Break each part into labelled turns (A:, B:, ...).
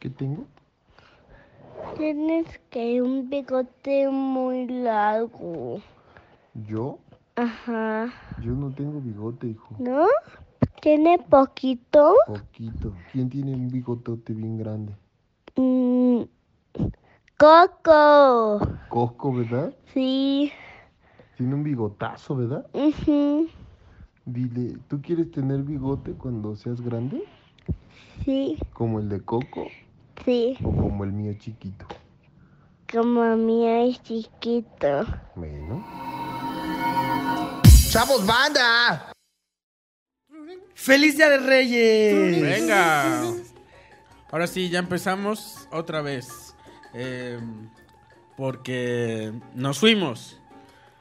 A: que tengo?
B: Tienes que un bigote muy largo.
A: Yo,
B: Ajá.
A: yo no tengo bigote, hijo.
B: ¿No? Tiene poquito.
A: Poquito. ¿Quién tiene un bigotote bien grande?
B: Mm, Coco.
A: Cosco, ¿verdad?
B: Sí.
A: Tiene un bigotazo, ¿verdad?
B: ujú,
A: Dile, ¿tú quieres tener bigote cuando seas grande?
B: Sí.
A: ¿Como el de Coco
B: Sí.
A: o como el mío chiquito?
B: Como a mí es chiquito.
A: Bueno.
C: ¡Feliz Día de Reyes!
D: Venga. Ahora sí, ya empezamos otra vez. Eh, porque nos fuimos.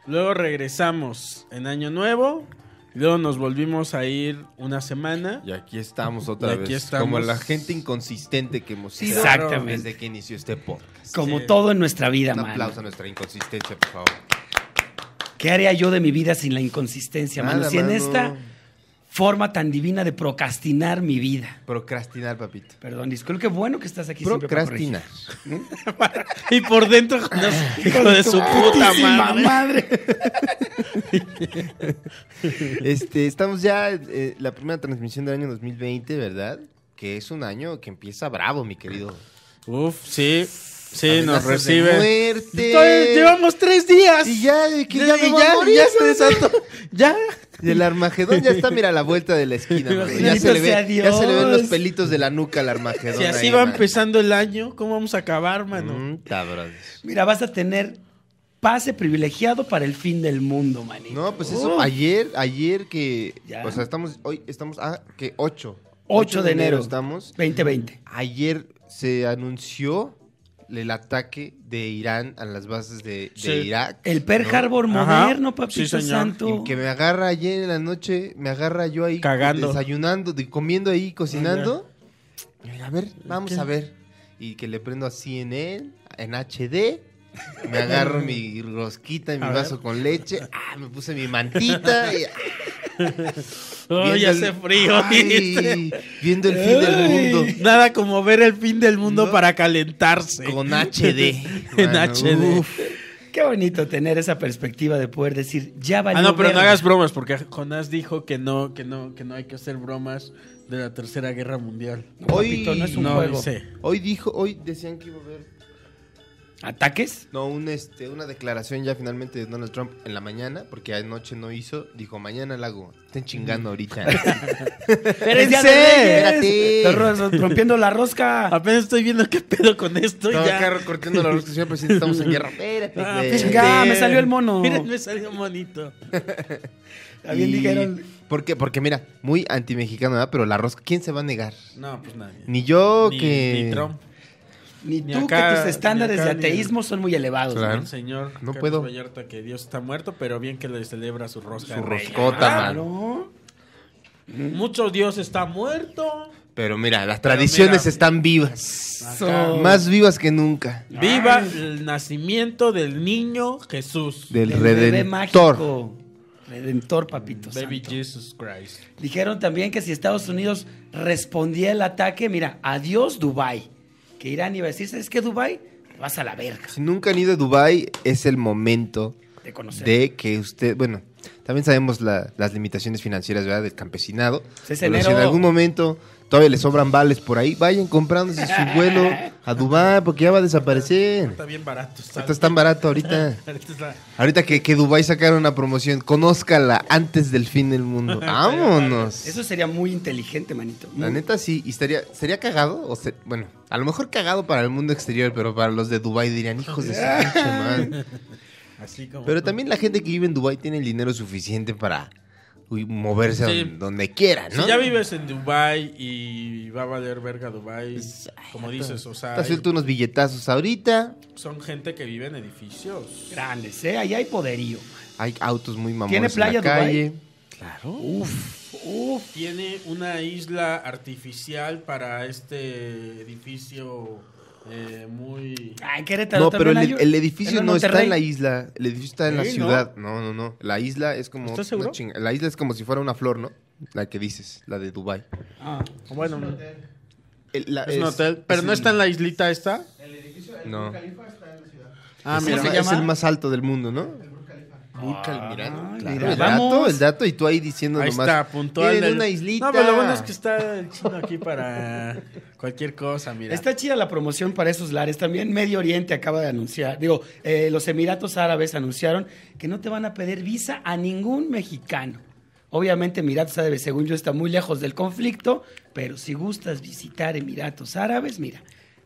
D: Luego regresamos en Año Nuevo. Luego nos volvimos a ir una semana.
E: Y aquí estamos otra
D: Y aquí
E: vez.
D: estamos.
E: Como la gente inconsistente que hemos sido
C: Exactamente.
E: desde que inició este podcast.
C: Como
D: Sí.
C: todo en nuestra vida,
E: Un
C: mano.
E: aplauso a nuestra inconsistencia, por favor.
C: ¿Qué haría yo de mi vida sin la inconsistencia, mano?
E: Nada,
C: Si en
E: mano.
C: esta forma tan divina de procrastinar mi vida.
E: Procrastinar, papito.
C: Perdón, disculpe, qué bueno que estás aquí. siempre para
E: Procrastinar.
D: Y por dentro, no sé, hijo de su puta madre.
E: Este, estamos ya eh, la primera transmisión del año 2020, ¿verdad? Que es un año que empieza bravo, mi querido.
D: Uf, sí. Sí, nos
E: Amenazas de
D: recibe.
E: muerte.
D: Todavía Llevamos tres días.
E: Y ya, de que
D: Ya-
E: ya,
D: y
E: me voy a
D: ya-
E: morir,
D: ya se
E: ¿no?
D: desató. Ya.
E: Y el Armagedón ya está, mira, a la vuelta de la esquina. mano. Ya,
C: Bendito
E: se le
C: sea
E: ve, ya se le ven
C: Dios.
E: los pelitos de la nuca al Armagedón.
D: Si así
E: ahí,
D: va
E: mano.
D: empezando el año, ¿cómo vamos a acabar, mano?
E: Mm, cabrón.
C: Mira, vas a tener pase privilegiado para el fin del mundo, manito.
E: No, pues eso, ayer, ayer que.
C: Ya.
E: O sea, estamos. Hoy estamos. Ah, que 8.
C: 8 de enero.
E: estamos.
C: 2020.
E: Ayer se anunció el ataque de Irán a las bases de, de
D: Sí.
E: Irak.
C: El Pearl
E: ¿no?
C: Harbor
D: Ajá.
C: moderno, papito
D: Sí, señor.
C: santo.
E: Y que me agarra ayer en la noche, me agarra yo ahí
D: Cagando.
E: desayunando, de- comiendo ahí, cocinando. Y yo, A ver, vamos a ver. Y que le prendo así en él, en HD. Me agarro mi rosquita y mi
D: A ver.
E: vaso con leche. Ah, me puse mi mantita. Y, ah,
D: Oh, ya
E: viendo
D: hace
E: el-
D: frío. ¿viste?
E: Ay, viendo el fin del mundo.
D: Nada como ver el fin del mundo
E: No.
D: para calentarse.
E: Con HD.
D: En
E: mano.
D: HD.
E: Uf.
C: Qué bonito tener esa perspectiva de poder decir, ya valió
D: Ah, no, pero no
C: verga.
D: hagas bromas, porque Jonás dijo que no, que no, que no hay que hacer bromas de la Tercera Guerra Mundial.
E: Hoy,
C: Papito, no es un
D: no,
C: juego.
D: sí.
E: hoy dijo, hoy decían que iba a haber
C: ¿Ataques?
E: No, un, este, una declaración ya finalmente de Donald Trump en la mañana, porque anoche no hizo, dijo mañana la hago. Estén chingando ahorita.
C: ¡Pero
D: ¡En
C: es Día de
D: serio!
C: Reyes!
E: Espérate.
C: Estás ro- rompiendo la rosca.
D: Apenas estoy viendo qué pedo con esto.
E: Estaba
D: ya.
E: acá recortando la rosca, señor presidente, estamos en guerra. Espérate,
D: Ah,
E: güey.
D: espérate.
C: Chingada, me salió el mono.
D: Miren, me salió bonito.
C: También
E: Y-
C: dijeron,
E: ¿Por qué? Porque mira, muy antimexicano, ¿verdad? Pero la rosca, ¿quién se va a negar?
D: No, pues nadie.
E: Ni yo
D: Ni-
E: que.
D: ni Trump.
C: ni tú
D: ni acá-
C: que tus estándares
D: ni acá,
C: de
D: ni-
C: ateísmo son muy elevados.
E: Claro.
D: El señor
E: No
D: Carlos
E: puedo.
D: Vallarta, que Dios está muerto, pero bien que le celebra su rosca.
E: Su
D: de Reyes.
E: roscota, mano.
C: ¿no?
D: Mucho Dios está muerto.
E: Pero mira, las tradiciones
D: mira.
E: están vivas.
C: Eso.
E: Más vivas que nunca.
D: Viva el nacimiento del niño Jesús.
E: Del
C: El bebé
E: redentor.
C: mágico. Redentor, papito.
D: Baby
C: santo.
D: Jesus Christ.
C: Dijeron también que si Estados Unidos respondía el ataque, mira, adiós Dubai. Que Irán iba a decir, ¿sabes qué Dubai? Vas a la verga
E: Si nunca han ido a Dubái, es el momento
C: de conocer.
E: de que usted, bueno, también sabemos la- las limitaciones financieras ¿verdad? del campesinado.
C: Seis de
E: Pero si en
C: enero.
E: algún momento todavía le sobran vales por ahí, vayan comprándose su vuelo a Dubái porque ya va a desaparecer.
D: Está bien barato. está-
E: Esto es tan barato ahorita.
D: Ahorita está-
E: Ahorita que, que Dubái sacaron una promoción, conózcala antes del fin del mundo. Vámonos.
C: Eso sería muy inteligente, manito.
E: La neta sí, y estaría, sería cagado, o se- bueno, a lo mejor cagado para el mundo exterior, pero para los de Dubái dirían, hijos de su pinche madre".
D: Así como.
E: Pero también la gente que vive en Dubái tiene el dinero suficiente para uy, moverse a
D: Sí.
E: don- donde quiera, ¿no?
D: Si ya vives en Dubai y va a valer verga Dubai, como dices, o sea,
E: Te has suelto unos billetazos ahorita,
D: son gente que vive en edificios.
C: Grandes, ¿eh? Ahí hay poderío. man.
E: hay autos muy mamones
C: ¿Tiene playa
E: en la
C: Dubái?
E: calle.
C: Uf, uf.
D: Tiene una isla artificial para este edificio eh, muy.
C: Ay, Querétaro
E: No, pero el,
C: también hay-
E: el edificio
C: en
E: no está en la
C: Monterrey.
E: isla, el edificio está en la
D: Sí, ¿no?
E: ciudad. No, no, no, la isla es como...
D: ¿Estás
E: una
D: seguro?
E: chinga- La isla es como si fuera una flor, ¿no? La que dices, la de Dubái.
C: Ah,
D: Bueno,
E: el- la-
D: Es un hotel. Pero
E: es
D: no
E: el-
D: está en la islita esta.
E: No.
D: Ah,
E: es,
D: mira.
E: el,
C: se
E: ma-
C: llama?
E: es el más alto del mundo, ¿no? Burj Khalifa.
C: Ah,
E: claro,
C: mira,
E: el dato,
C: vamos.
E: el dato, y tú ahí diciendo
D: Ahí
E: nomás.
D: está, puntual.
E: Tienen
D: del-
E: una islita.
D: No, pero lo bueno es que está el chino aquí para cualquier cosa, mira.
C: Está chida la promoción para esos lares. También Medio Oriente acaba de anunciar, digo, eh, los Emiratos Árabes anunciaron que no te van a pedir visa a ningún mexicano. Obviamente Emiratos Árabes, según yo, está muy lejos del conflicto, pero si gustas visitar Emiratos Árabes, mira,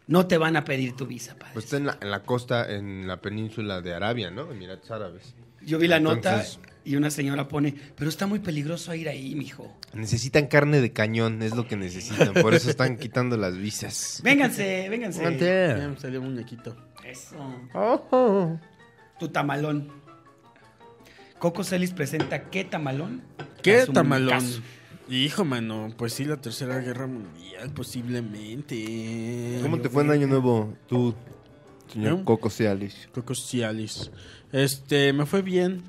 C: no te van a pedir tu visa, padre.
E: Pues está en la, en la costa, en la península de Arabia, ¿no? Emiratos Árabes.
C: yo vi la nota
E: entonces-
C: y una señora pone, pero está muy peligroso ir ahí, mijo.
E: Necesitan carne de cañón, es lo que necesitan. Por eso están quitando las visas.
C: Vénganse, vénganse.
D: Ya me salió un muñequito.
C: Eso.
E: Ojo.
D: Oh.
C: Tu tamalón. Coco Celis presenta ¿Qué tamalón?
D: ¿Qué
C: A su
D: tamalón?
C: muñecazo.
D: Hijo, mano, pues sí, la Tercera Guerra Mundial, posiblemente.
E: ¿Cómo te fue en Año Nuevo, tú, señor
D: ¿Eh?
E: Coco Cealis?
D: Creo que sí, Alice. Este, me fue bien.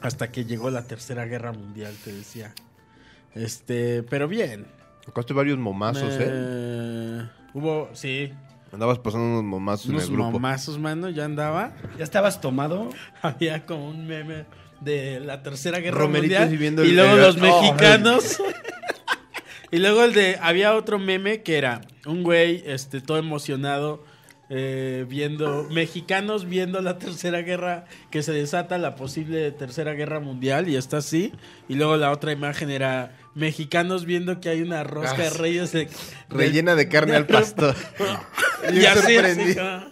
D: Hasta que llegó la Tercera Guerra Mundial, te decía. Este, pero bien.
E: Tocaste varios momazos, ¿eh?
D: Me- Hubo, sí,
E: Andabas pasando unos momazos en
D: unos
E: el grupo.
D: momazos, mano, yo andaba.
C: ¿Ya estabas tomado?
D: Había como un meme de la Tercera Guerra
E: Romeritos
D: Mundial.
E: viviendo
D: y
E: el-
D: luego
E: el-
D: los
E: Oh,
D: mexicanos. y luego el de. Había otro meme que era un güey este, todo emocionado. eh, viendo mexicanos viendo la tercera guerra que se desata la posible tercera guerra mundial y está así y luego la otra imagen era mexicanos viendo que hay una rosca de
E: Ah, sí.
D: reyes de,
E: Rellena de carne al pastor.
D: y así, así,
E: sorprendido.
D: ah.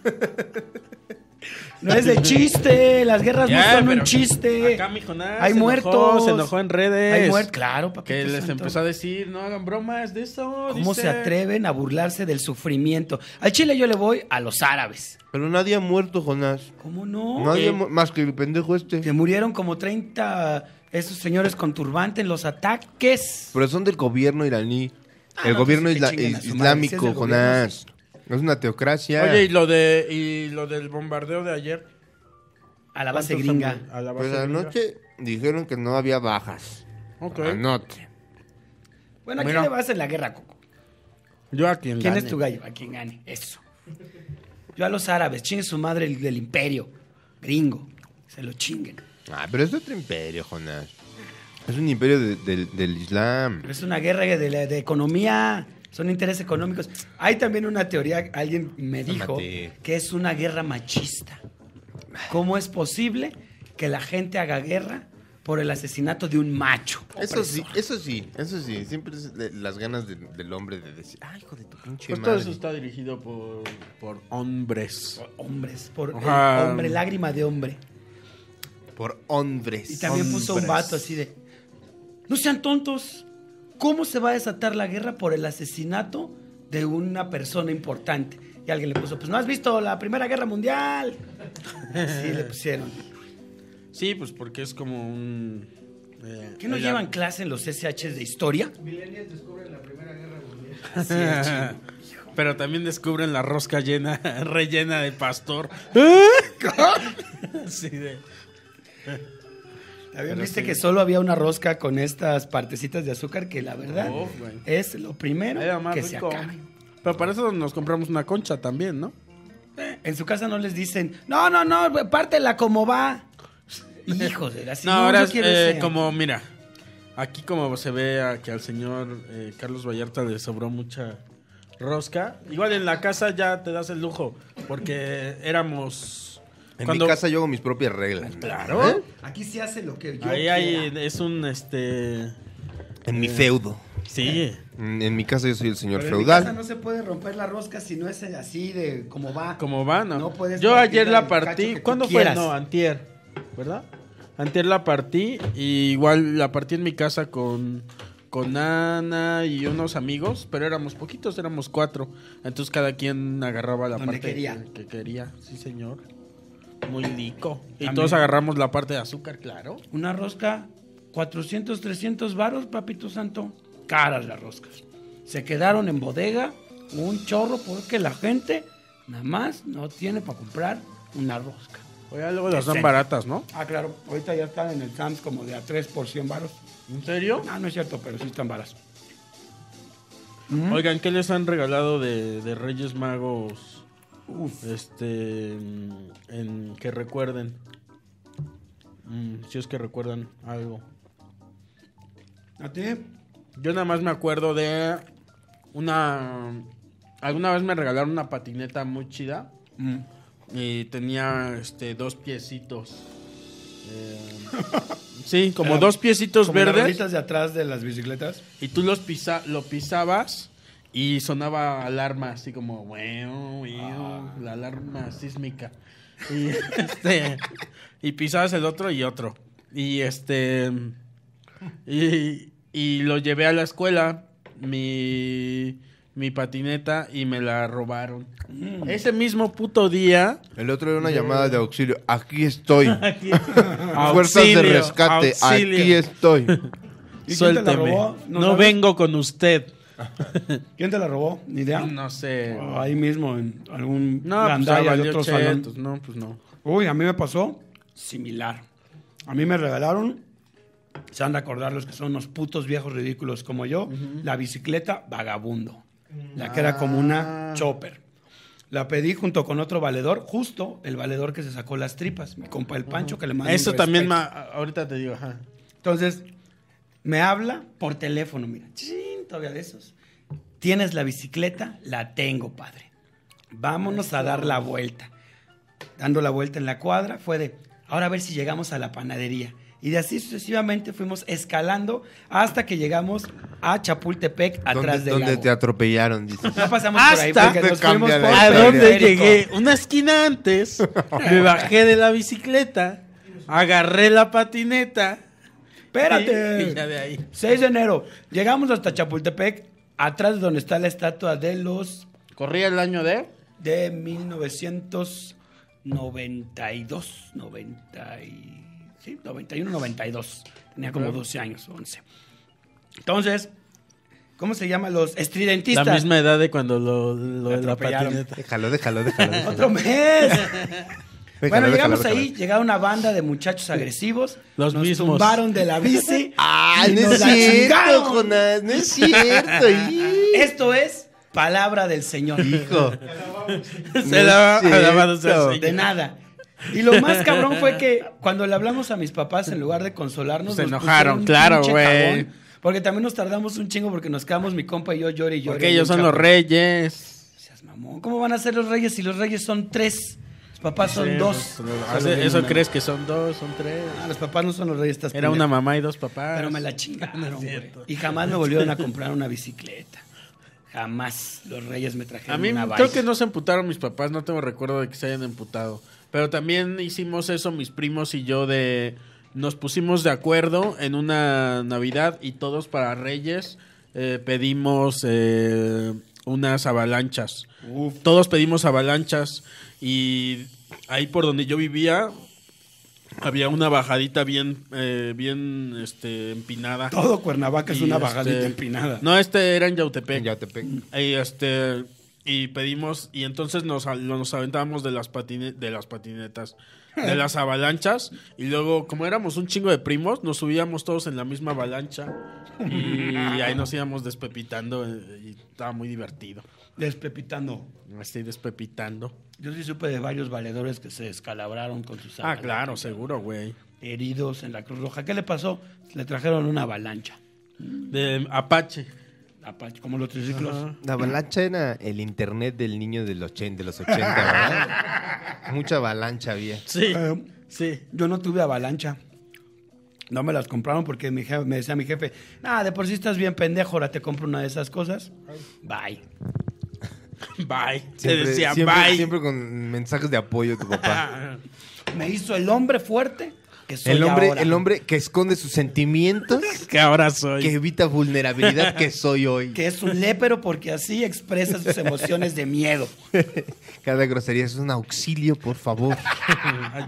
C: No es de chiste, las guerras
D: Ya,
C: no son
D: pero
C: un chiste.
D: acá, mijo, nada,
C: Hay
D: se enojó,
C: muertos.
D: se enojó en redes.
C: Hay muertos, claro, papito.
D: Que les
C: santo.
D: empezó a decir, no hagan bromas de eso.
C: ¿Cómo
D: dice.
C: se atreven a burlarse del sufrimiento? Al Chile yo le voy a los árabes.
E: Pero nadie ha muerto, Jonás.
C: ¿Cómo no?
E: Nadie
D: eh.
E: ha mu- más que el pendejo
C: Que
E: este.
C: murieron como 30 esos señores con turbante en los ataques.
E: Pero son del gobierno iraní.
C: Ah,
E: el
C: no,
E: gobierno
C: pues que
E: isla-
C: chinguen a su madre, si es
E: islámico,
C: del gobierno,
E: Jonás. Es una teocracia.
D: Oye, y lo, de, y lo del bombardeo de ayer.
C: A la base
D: ¿Cuántos
C: gringa.
D: han- A la base
E: pues
D: gringa?
E: anoche dijeron que no había bajas.
D: Ok.
E: Anoche.
C: Bueno, ¿a quién
D: Mira.
C: le vas en la guerra, Coco?
D: Yo a quien
C: ¿Quién
D: gane.
C: es tu gallo? A quien gane. Eso. Yo a los árabes. Chingue su madre el del imperio. Gringo. Se lo chinguen.
E: Ah, pero es otro imperio, Jonás. Es un imperio de- del- del Islam.
C: Pero es una guerra de, la- de economía, son intereses económicos. Hay también una teoría, alguien me dijo,
E: Cálmate.
C: que es una guerra machista. ¿Cómo es posible que la gente haga guerra por el asesinato de un macho?
E: Eso sí,
C: opresor?
E: eso sí, eso sí. Siempre es de- las ganas de- del hombre de decir, ay, hijo de tu pinche
D: Pues todo
E: madre.
D: eso está dirigido por, por hombres.
C: Hombres, por el
D: Ajá.
C: hombre, lágrima de hombre.
E: Por hombres.
C: Y también puso un
D: Hombres.
C: vato así de, no sean tontos, ¿cómo se va a desatar la guerra por el asesinato de una persona importante? Y alguien le puso, pues no has visto la Primera Guerra Mundial. Así le pusieron.
D: Sí, pues porque es como un... eh,
C: ¿Qué no
D: el-
C: llevan clase en los SHs de historia?
D: Pero también descubren la rosca llena, rellena de pastor. Así de...
C: ¿Habían viste que solo había una rosca con estas partecitas de azúcar que la verdad
D: Uf, güey.
C: es lo primero
D: Ahí va más
C: que se
D: rico.
C: acabe?
D: Pero para eso nos compramos una concha también, ¿no?
C: En su casa no les dicen, no, no, no, pártela como va. Hijos de la
D: no, ahora
C: yo
D: es
C: quiero
D: eh,
C: ese.
D: como, mira, aquí como se ve a que al señor eh, Carlos Vallarta le sobró mucha rosca. Igual en la casa ya te das el lujo, porque éramos...
E: En
D: cuando-
E: mi casa yo hago mis propias reglas. ¿no?
D: Claro.
E: ¿Eh?
C: Aquí se hace lo que yo
D: Ahí
C: quiera.
D: hay, es un, este...
E: En mi feudo.
D: Sí.
E: Mm, En, en mi casa yo soy el señor
C: Pero en mi casa
E: feudal.
C: no se puede romper la rosca si no es así de como va.
D: Como van,
C: No puedes
D: Yo
C: partir
D: ayer
C: el
D: la
C: cacho
D: partí.
C: que tú
D: ¿Cuándo fue?
C: quieras.
D: No, antier. ¿Verdad? Antier la partí. Y igual la partí en mi casa con, con Ana y unos amigos. Pero éramos poquitos, éramos cuatro. Entonces cada quien agarraba la
C: Donde
D: parte
C: quería.
D: Que, que quería. Sí, señor. Muy lico. Y
C: También.
D: todos agarramos la parte de azúcar, claro.
C: Una rosca, 400, 300 varos, papito santo. Caras las roscas. Se quedaron en bodega un chorro porque la gente nada más no tiene para comprar una rosca.
D: Oye, luego las dan
C: Exacto.
D: baratas, ¿no?
C: Ah, claro, ahorita ya están en el Sam's como de a 3 por 100 varos.
F: Ah,
D: ¿En serio?
C: No, no es cierto, pero sí están varas.
F: Ujú.
D: Oigan, ¿qué les han regalado de, de Reyes Magos? Este. mm, En, que recuerden. Mm, si es que recuerdan algo.
F: ¿A ti?
D: Yo nada más me acuerdo de una. Alguna vez me regalaron una patineta muy chida.
F: Mm.
D: Y tenía este dos piecitos. Eh, sí, como
F: Era-
D: dos piecitos
F: Como las
D: verdes.
F: rueditas de atrás de las bicicletas.
D: Y tú los pisa- lo pisabas y sonaba alarma, así como, weo,
F: Ah.
D: weo, la alarma sísmica. Y, este, y pisabas el otro y otro. Y este. Y, y lo llevé a la escuela, mi, mi patineta, y me la robaron.
F: Mm.
D: Ese mismo puto día.
E: El otro era una llamada de auxilio. Aquí estoy. Fuerzas
D: Auxilio,
E: de rescate.
D: auxilio.
E: Aquí estoy.
F: ¿Y quién te la
D: Suélteme.
F: robó?
D: No,
F: ¿No sabes?
D: vengo con usted.
F: ¿Quién te la robó? Ni idea.
D: No sé.
F: O ahí mismo, en algún
D: No, pues,
F: gandalla
D: ah,
F: de
D: valió
F: otro
D: chetos.
F: salón.
D: No, pues no.
F: Uy, a mí me pasó similar. A mí me regalaron, se han de acordar los que son unos putos viejos ridículos como yo, la bicicleta vagabundo. La que era como una chopper. La pedí junto con otro valedor, justo el valedor que se sacó las tripas, mi compa el Pancho, que le mandó.
D: Eso también, ma- ahorita te digo, ajá.
F: Entonces, me habla por teléfono, mira, chin, todavía de esos. ¿Tienes la bicicleta? La tengo, padre. Vámonos a dar la vuelta. Dando la vuelta en la cuadra fue de, ahora a ver si llegamos a la panadería. Y de así sucesivamente fuimos escalando hasta que llegamos a Chapultepec, atrás
E: ¿Dónde,
F: del
E: dónde
F: lago.
E: te atropellaron? Dices.
F: No pasamos por
D: Hasta-
F: ahí porque nos
E: Te cambia
F: fuimos
E: de
F: por
E: idea.
D: ¿A dónde
F: periférico.
D: llegué? Una esquina antes, me bajé de la bicicleta, agarré la patineta.
F: Espérate.
D: Y, y ya de ahí.
F: 6 de enero. Llegamos hasta Chapultepec, atrás de donde está la estatua de los
D: Corría el año de.
F: de 1992, 90 y- sí, 91, 92. Tenía como 12 años, 11. Entonces, ¿cómo se llama? Los estridentistas.
D: La misma edad de cuando lo, lo de la
F: Atropellaron.
D: patineta.
E: Déjalo, déjalo, déjalo. déjalo.
F: Otro mes.
E: Déjalo,
F: bueno,
E: déjalo,
F: llegamos
E: déjalo.
F: ahí, llegaba una banda de muchachos agresivos.
D: Los
F: nos
D: mismos.
F: tumbaron de la bici.
E: Ah,
F: y
E: no
F: nos
E: es
F: la
E: cierto,
F: chingaron.
E: Jonás, no es cierto. y-
F: Esto es palabra del Señor.
E: Hijo.
D: Se la
E: No es
D: alabado sea el
E: cierto.
D: Señor.
F: De nada. Y lo más cabrón fue que cuando le hablamos a mis papás, en lugar de consolarnos,
D: Se
F: nos
D: enojaron,
F: pusieron un
D: claro,
F: pinche
D: güey.
F: tabón, Porque también nos tardamos un chingo porque nos quedamos mi compa y yo llore y llore.
D: Porque ellos
F: Bien,
D: son los
F: cabrón.
D: reyes.
F: Seas mamón. ¿Cómo van a ser los reyes si los reyes son tres? Los papás son
D: Sí,
F: dos.
D: los- Eso, eso crees que son dos, son tres.
F: Ah, los papás no son los reyes. estás
D: Era
F: pendejo.
D: una mamá y dos papás.
F: Pero me la chingaron,
D: No es
F: güey.
D: Ah, cierto.
F: Y jamás me volvieron a comprar una bicicleta. Jamás los reyes me trajeron
D: A mí
F: una
D: creo
F: bike.
D: que no se emputaron mis papás, no tengo recuerdo de que se hayan emputado. Pero también hicimos eso mis primos y yo de... Nos pusimos de acuerdo en una Navidad y todos para Reyes eh, pedimos eh, unas avalanchas. Todos pedimos avalanchas y ahí por donde yo vivía había una bajadita bien, eh, bien este, empinada.
F: Todo Cuernavaca es
D: Y,
F: una
D: este,
F: bajadita empinada.
D: No, este era en Yautepec.
E: Yautepec.
D: Y este y pedimos y entonces nos, al- nos aventábamos de las patine- de las patinetas, de las avalanchas y luego como éramos un chingo de primos, nos subíamos todos en la misma avalancha y ahí nos íbamos despepitando eh, y estaba muy divertido.
F: Despepitando.
D: Así despepitando.
F: Yo sí supe de varios valedores que se descalabraron con sus
D: Ah,
F: avalanchas,
D: claro, seguro, güey.
F: heridos en la Cruz Roja. ¿Qué le pasó? Le trajeron una avalancha.
D: De Apache.
F: Apache, Como los triciclos.
E: La avalancha era el internet del niño del 80, de los 80, ¿verdad? Mucha avalancha había.
D: Sí.
F: Eh,
D: Sí.
F: Yo no tuve avalancha. No me las compraron porque mi jefe, me decía mi jefe, nada, de por sí estás bien pendejo, ahora te compro una de esas cosas. Bye.
D: Bye. Se
E: Siempre-
D: decía
E: siempre-
D: bye.
E: Siempre con mensajes de apoyo tu papá.
F: Me hizo el hombre fuerte que soy
E: El hombre,
F: ahora.
E: el hombre que esconde sus sentimientos,
D: Que ahora soy.
E: que evita vulnerabilidad que soy hoy.
F: Que es un lépero porque así expresa sus emociones de miedo.
E: Cada grosería es un auxilio, por favor.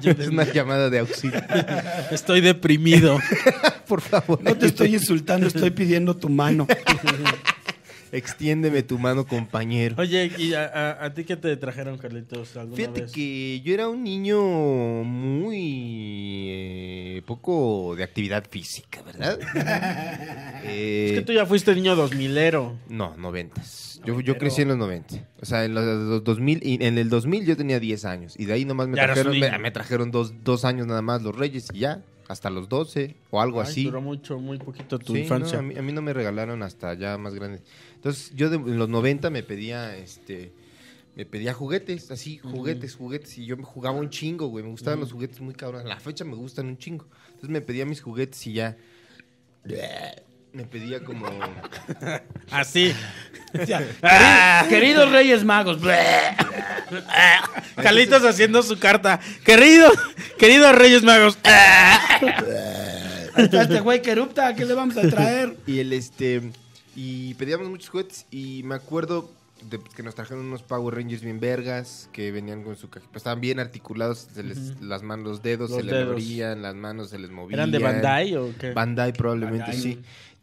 E: es una llamada de auxilio.
D: Ah, Estoy deprimido.
E: Por favor,
F: No te estoy insultando, estoy pidiendo tu mano.
E: extiéndeme tu mano, compañero.
D: Oye, ¿y a, a- a ti qué te trajeron, Carlitos, alguna
E: Fíjate
D: vez?
E: que yo era un niño muy eh, este, poco de actividad física, ¿verdad? Eh,
D: Es que tú ya fuiste niño dos milero.
E: No, noventas. Yo, yo crecí en los 90. O sea, en los, los 2000, y en el 2000 yo tenía 10 años. Y de ahí nomás me
D: Ya eras un
E: trajeron, me,
D: niño.
E: me trajeron dos, dos años nada más los Reyes y ya, hasta los 12 o algo
D: Ay,
E: así.
D: Duró mucho, muy poquito tu
E: Sí,
D: infancia.
E: no, a, mí, a mí no me regalaron hasta ya más grande. Entonces, yo de- en los 90 me pedía, este, me pedía juguetes, así, juguetes, juguetes. Y yo me jugaba un chingo, güey. Me gustaban los juguetes muy cabrón. A la fecha me gustan un chingo. Entonces me pedía mis juguetes y ya. Me pedía como.
D: Así.
F: Querido- Queridos Reyes Magos.
D: Carlitos haciendo su carta. Querido, queridos Reyes Magos.
F: Ahí está este güey que erupta, ¿qué le vamos a traer?
E: Y el este. Y pedíamos muchos juguetes. Y me acuerdo de que nos trajeron unos Power Rangers bien vergas. Que venían con su cajita. Estaban bien articulados. se les- las manos, los dedos
D: Los
E: se les
D: dedos.
E: abrían, las manos se les movían.
D: ¿Eran de Bandai o qué?
E: Bandai probablemente,
F: Bandai.
E: sí.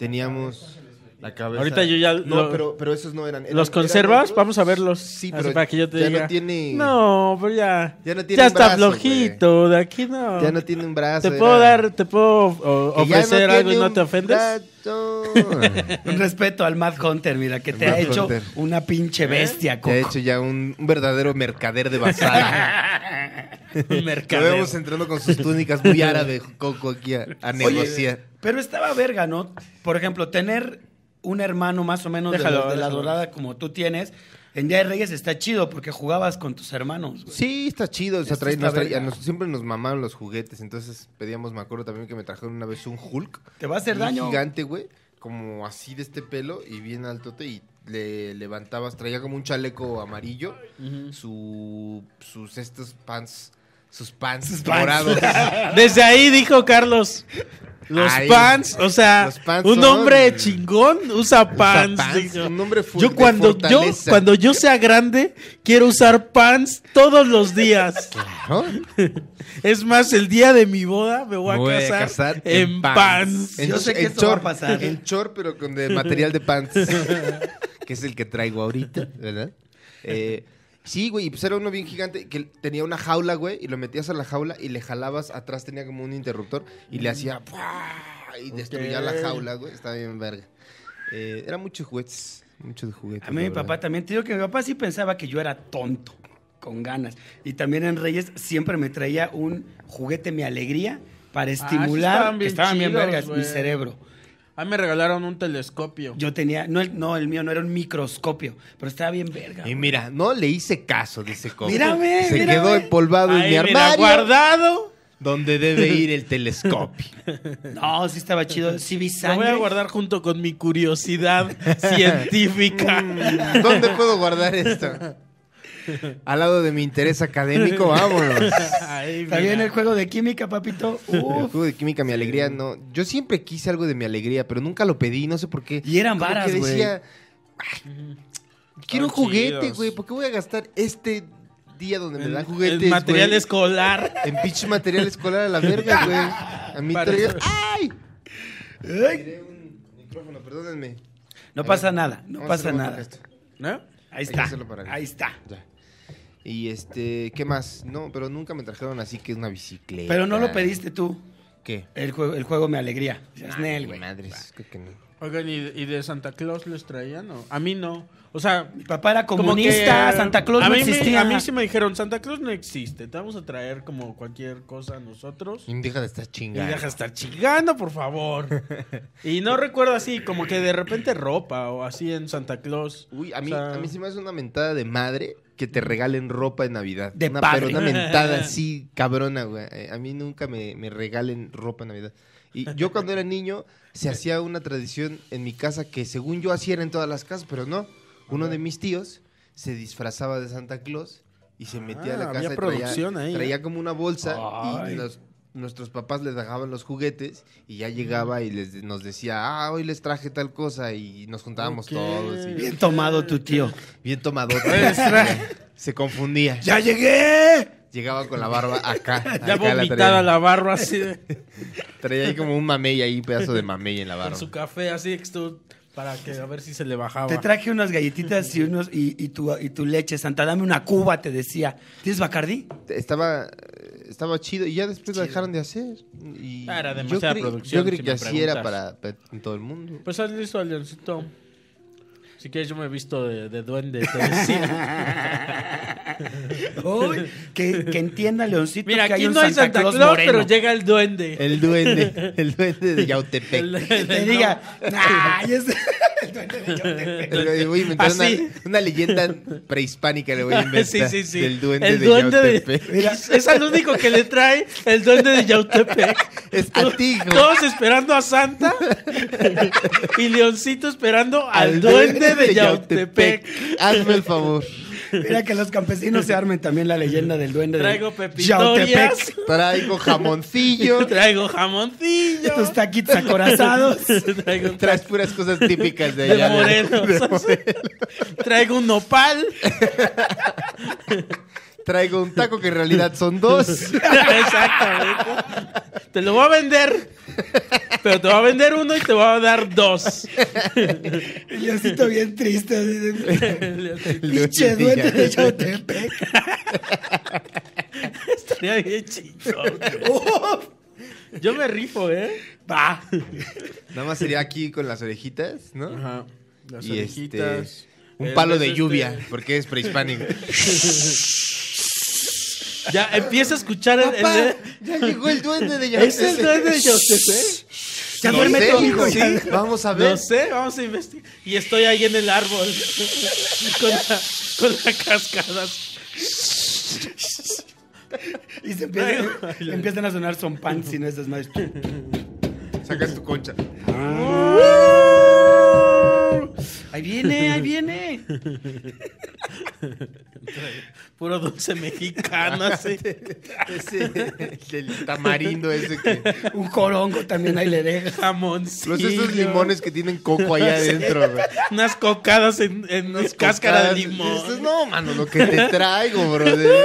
E: Teníamos. La cabeza.
D: Ahorita yo ya
E: No,
D: lo-
E: pero, pero esos no eran. eran-
D: ¿Los
E: eran
D: conservas?
E: otros.
D: Vamos a verlos.
E: Sí,
D: Así
E: pero.
D: para que yo te
E: ya
D: diga.
E: no tiene.
D: No, pero ya.
E: Ya no tiene
D: ya está
E: brazo, güey.
D: flojito. De aquí no.
E: Ya no tiene un brazo.
D: te puedo
E: era-
D: dar, te puedo o-
E: que ya no
D: ofrecer algo y
E: tiene
D: no
E: un
D: te ofendes.
E: brazo.
F: Un respeto al Mad Hunter, mira, que te
E: Mad
F: ha hecho
E: Hunter.
F: una
D: ¿Eh?
F: pinche bestia,
E: Te ha
F: Coco.
E: hecho ya un, un verdadero mercader de bazar.
F: Un
E: Lo
F: mercader.
E: vemos entrando con sus túnicas muy árabe, Coco, aquí a, a negociar.
F: Pero estaba verga, ¿no? Por ejemplo, tener un hermano más o menos de
D: Déjalo,
F: los de, la
D: déjalo.
F: dorada como tú tienes, en Día de Reyes está chido porque jugabas con tus hermanos. güey.
E: Sí, Este está chido. o sea,
F: Esto
E: trae-
F: está
E: nos trae-
F: verga.
E: a nos- siempre nos mamaban los juguetes. Entonces pedíamos, me acuerdo también que me trajeron una vez un Hulk.
F: Te va a hacer
E: un
F: daño.
E: gigante, güey. Como así de este pelo y bien altote. Y le levantabas, traía como un chaleco amarillo. su, sus estos pants. Sus pants,
F: pants.
E: morados.
D: Desde ahí dijo Carlos. Los
E: Ay,
D: pants, o sea,
E: los pants
D: un
E: son-
D: hombre chingón usa pants.
E: pants,
D: dijo.
E: un hombre full
D: yo
E: de
D: cuando yo
E: fortaleza.
D: cuando yo sea grande quiero usar pants todos los días.
E: ¿no?
D: Es más, el día de mi boda me voy a, casar, en pants.
F: Yo sé que esto va a
E: short,
F: pasar. ¿eh?
E: En short, pero con de material de pants. que es el que traigo ahorita, ¿verdad? Eh, sí, güey, y pues era uno bien gigante que tenía una jaula, güey, y lo metías a la jaula y le jalabas atrás, tenía como un interruptor, y le hacía ¡pua! y destruía la jaula, güey. Estaba bien verga. Eh, era muchos juguetes. Muchos juguetes.
F: A mí
E: la
F: mi papá
E: verdad.
F: también, te digo que mi papá sí pensaba que yo era tonto, con ganas. Y también en Reyes siempre me traía un juguete Mi Alegría para
D: Ah,
F: estimular,
D: estaban
F: que
D: bien
F: estaban bien
D: chidos,
F: vergas, mi
D: güey.
F: cerebro.
D: A mí me regalaron un telescopio.
F: Yo tenía, no el, no, el mío no era un microscopio, pero estaba bien verga.
E: Y mira, no le hice caso, dice Coco.
F: Mírame,
E: Se
F: mírame.
E: quedó empolvado
D: Ahí,
E: en mi
D: mira,
E: armario.
D: guardado.
E: donde debe ir el telescopio.
F: No, sí estaba chido. Sí vi
D: Lo voy a
F: sangre.
D: guardar junto con mi curiosidad científica.
E: Mm. ¿Dónde puedo guardar esto? Al lado de mi interés académico, vámonos.
D: Ay, mira.
F: También el juego de química, papito.
E: El
F: Uf.
E: juego de química, mi alegría, no. Yo siempre quise algo de mi alegría, pero nunca lo pedí, no sé por qué.
F: Y eran
E: Como
F: varas,
E: que
F: güey.
E: decía, "Ay, quiero
D: Estaban
E: un juguete,
D: chidos.
E: güey. ¿Por qué voy a gastar este día donde me
D: El-
E: dan
D: el
E: juguetes?
D: material
E: güey?
D: escolar.
E: En pinche material escolar a la verga, güey. A mí
D: Para-
E: traía- ¡Ay!
F: Ay,
E: Tiré un micrófono, perdónenme.
F: No
E: A
F: pasa
E: ver,
F: nada, no
E: vamos a
F: pasa
E: hacerlo para
F: nada.
E: esto.
D: ¿No?
F: Ahí
E: Hay que
F: está.
E: hacerlo para acá.
F: Ahí está.
E: Ya. Y este, ¿qué más? No, pero nunca me trajeron así que una bicicleta.
F: Pero no lo pediste tú.
E: ¿Qué?
F: El juego, el juego me alegría. Ya es
E: Ay,
F: Nel, güey.
E: Madres, creo que no.
D: Oigan, ¿y, y de Santa Claus les traían? o? A mí no. O sea,
F: Mi papá era
D: como
F: comunista,
D: que-
F: Santa Claus
D: a
F: no
D: mí me-
F: existía.
D: a mí sí me dijeron, Santa Claus no existe. Te vamos a traer como cualquier cosa a nosotros.
E: Y Deja de estar
D: Y
E: chingando.
D: deja de estar chingando, por favor. y no recuerdo así, como que de repente ropa o así en Santa Claus.
E: Uy, a mí,
D: O sea,
E: a mí sí me hace una mentada de madre que te regalen ropa de Navidad.
F: De
E: una,
F: padre.
E: Pero una mentada así cabrona, güey. Eh, A mí nunca me, me regalen ropa de Navidad. Y yo cuando era niño se hacía una tradición en mi casa que según yo hacía era en todas las casas, pero no. Uno de mis tíos se disfrazaba de Santa Claus y se metía a la
D: Ah,
E: casa
D: había
E: y traía,
D: producción ahí, ¿eh?
E: traía como una bolsa
F: Ay.
E: y los- nuestros papás les dejaban los juguetes y ya llegaba y les, nos decía, ah, hoy les traje tal cosa y nos juntábamos
D: Ok.
E: todos. y-
F: Bien tomado tu tío.
E: Bien tomado. Se confundía.
F: ¡Ya llegué!
E: Llegaba con la barba acá.
D: Ya
E: acá la
D: vomitada
E: traía.
D: la barba así, de-
E: Traía ahí como un mamey ahí, un pedazo de mamey en la
D: con
E: barba.
D: su café así, que estuvo- para que a ver si se le bajaba.
F: Te traje unas galletitas y unos y, y tu, y tu leche, Santa. Dame una cuba, te decía. ¿Tienes Bacardí?
E: Estaba eh, estaba chido y ya después la dejaron de hacer. Y
D: Ah, era
E: yo
D: demasiada
E: creí-
D: producción,
E: Yo creo
D: si
E: que
D: me
E: así era
D: preguntas.
E: para pe- en todo el mundo.
D: Pues haz listo al leoncito. Si quieres, yo me he visto de, de duende. te decía.
C: Uy, que, que entienda Leoncito
D: Mira,
C: que hay
D: aquí
C: un
D: no hay Santa Claus,
C: moreno.
D: pero llega el duende.
E: El duende, el duende de Yautepec.
D: El-
C: Que te diga, ay, es el duende de Yautepec".
E: Le- le voy a inventar una,
D: Así.
E: una leyenda prehispánica, le voy a inventar.
D: Sí, sí, sí.
E: Del duende
D: El
E: de
D: duende de-
E: Yautepec.
C: Mira,
D: Es al único que le trae el duende de Yautepec.
E: Es antiguo.
D: Todos esperando a Santa y Leoncito esperando al,
E: Al
D: duende de Yautepec.
E: Hazme el favor.
C: mira que los campesinos se armen también la leyenda del duende
D: Traigo
C: de
D: pepitorias,
E: Traigo jamoncillo.
D: traigo jamoncillo,
C: Estos taquitos acorazados.
D: traigo, un
E: Traes puras cosas típicas de
D: De
E: allá.
D: Morelos. traigo un nopal,
E: Traigo un taco que en realidad son dos.
D: exactamente. Te lo voy a vender, pero te voy a vender uno y te voy a dar dos.
C: Y Leoncito bien triste. así de, Pinche
E: Pinche
C: duende de Yautepec.
D: Estaría bien chingón.
C: Uf,
D: Yo me rifo, ¿eh?
C: Va.
E: Nada más sería aquí con las orejitas, ¿no?
D: Ajá. Las
E: Y
D: orejitas.
E: este, un
D: El
E: palo
D: beso
E: de
D: este-
E: lluvia, porque es prehispánico.
D: Ya empieza a escuchar el- el-
E: Papá, ya llegó el duende de Yautepec.
D: ¿Es el duende de eh? Yautepec?
C: Ya
E: No
C: duerme
E: sé,
C: tu
E: hijo,
C: hijo.
E: ya- Vamos a ver.
D: No sé, vamos a investigar. Y estoy ahí en el árbol. con, la, con la cascada.
C: Y se empieza- empiezan a sonar son pan si no esas madres.
E: Sacas tu concha.
C: Ahí viene, ahí viene.
D: Puro dulce mexicano, así.
E: Ese, el tamarindo ese que...
C: Un jorongo también ahí le deja.
D: Jamoncillo.
E: Los esos limones que tienen coco allá adentro, güey.
D: Unas cocadas en, en
E: Unas
D: cáscara
E: cocadas.
D: de
E: Dices,
D: limón.
E: no, mano, lo que te traigo, brother.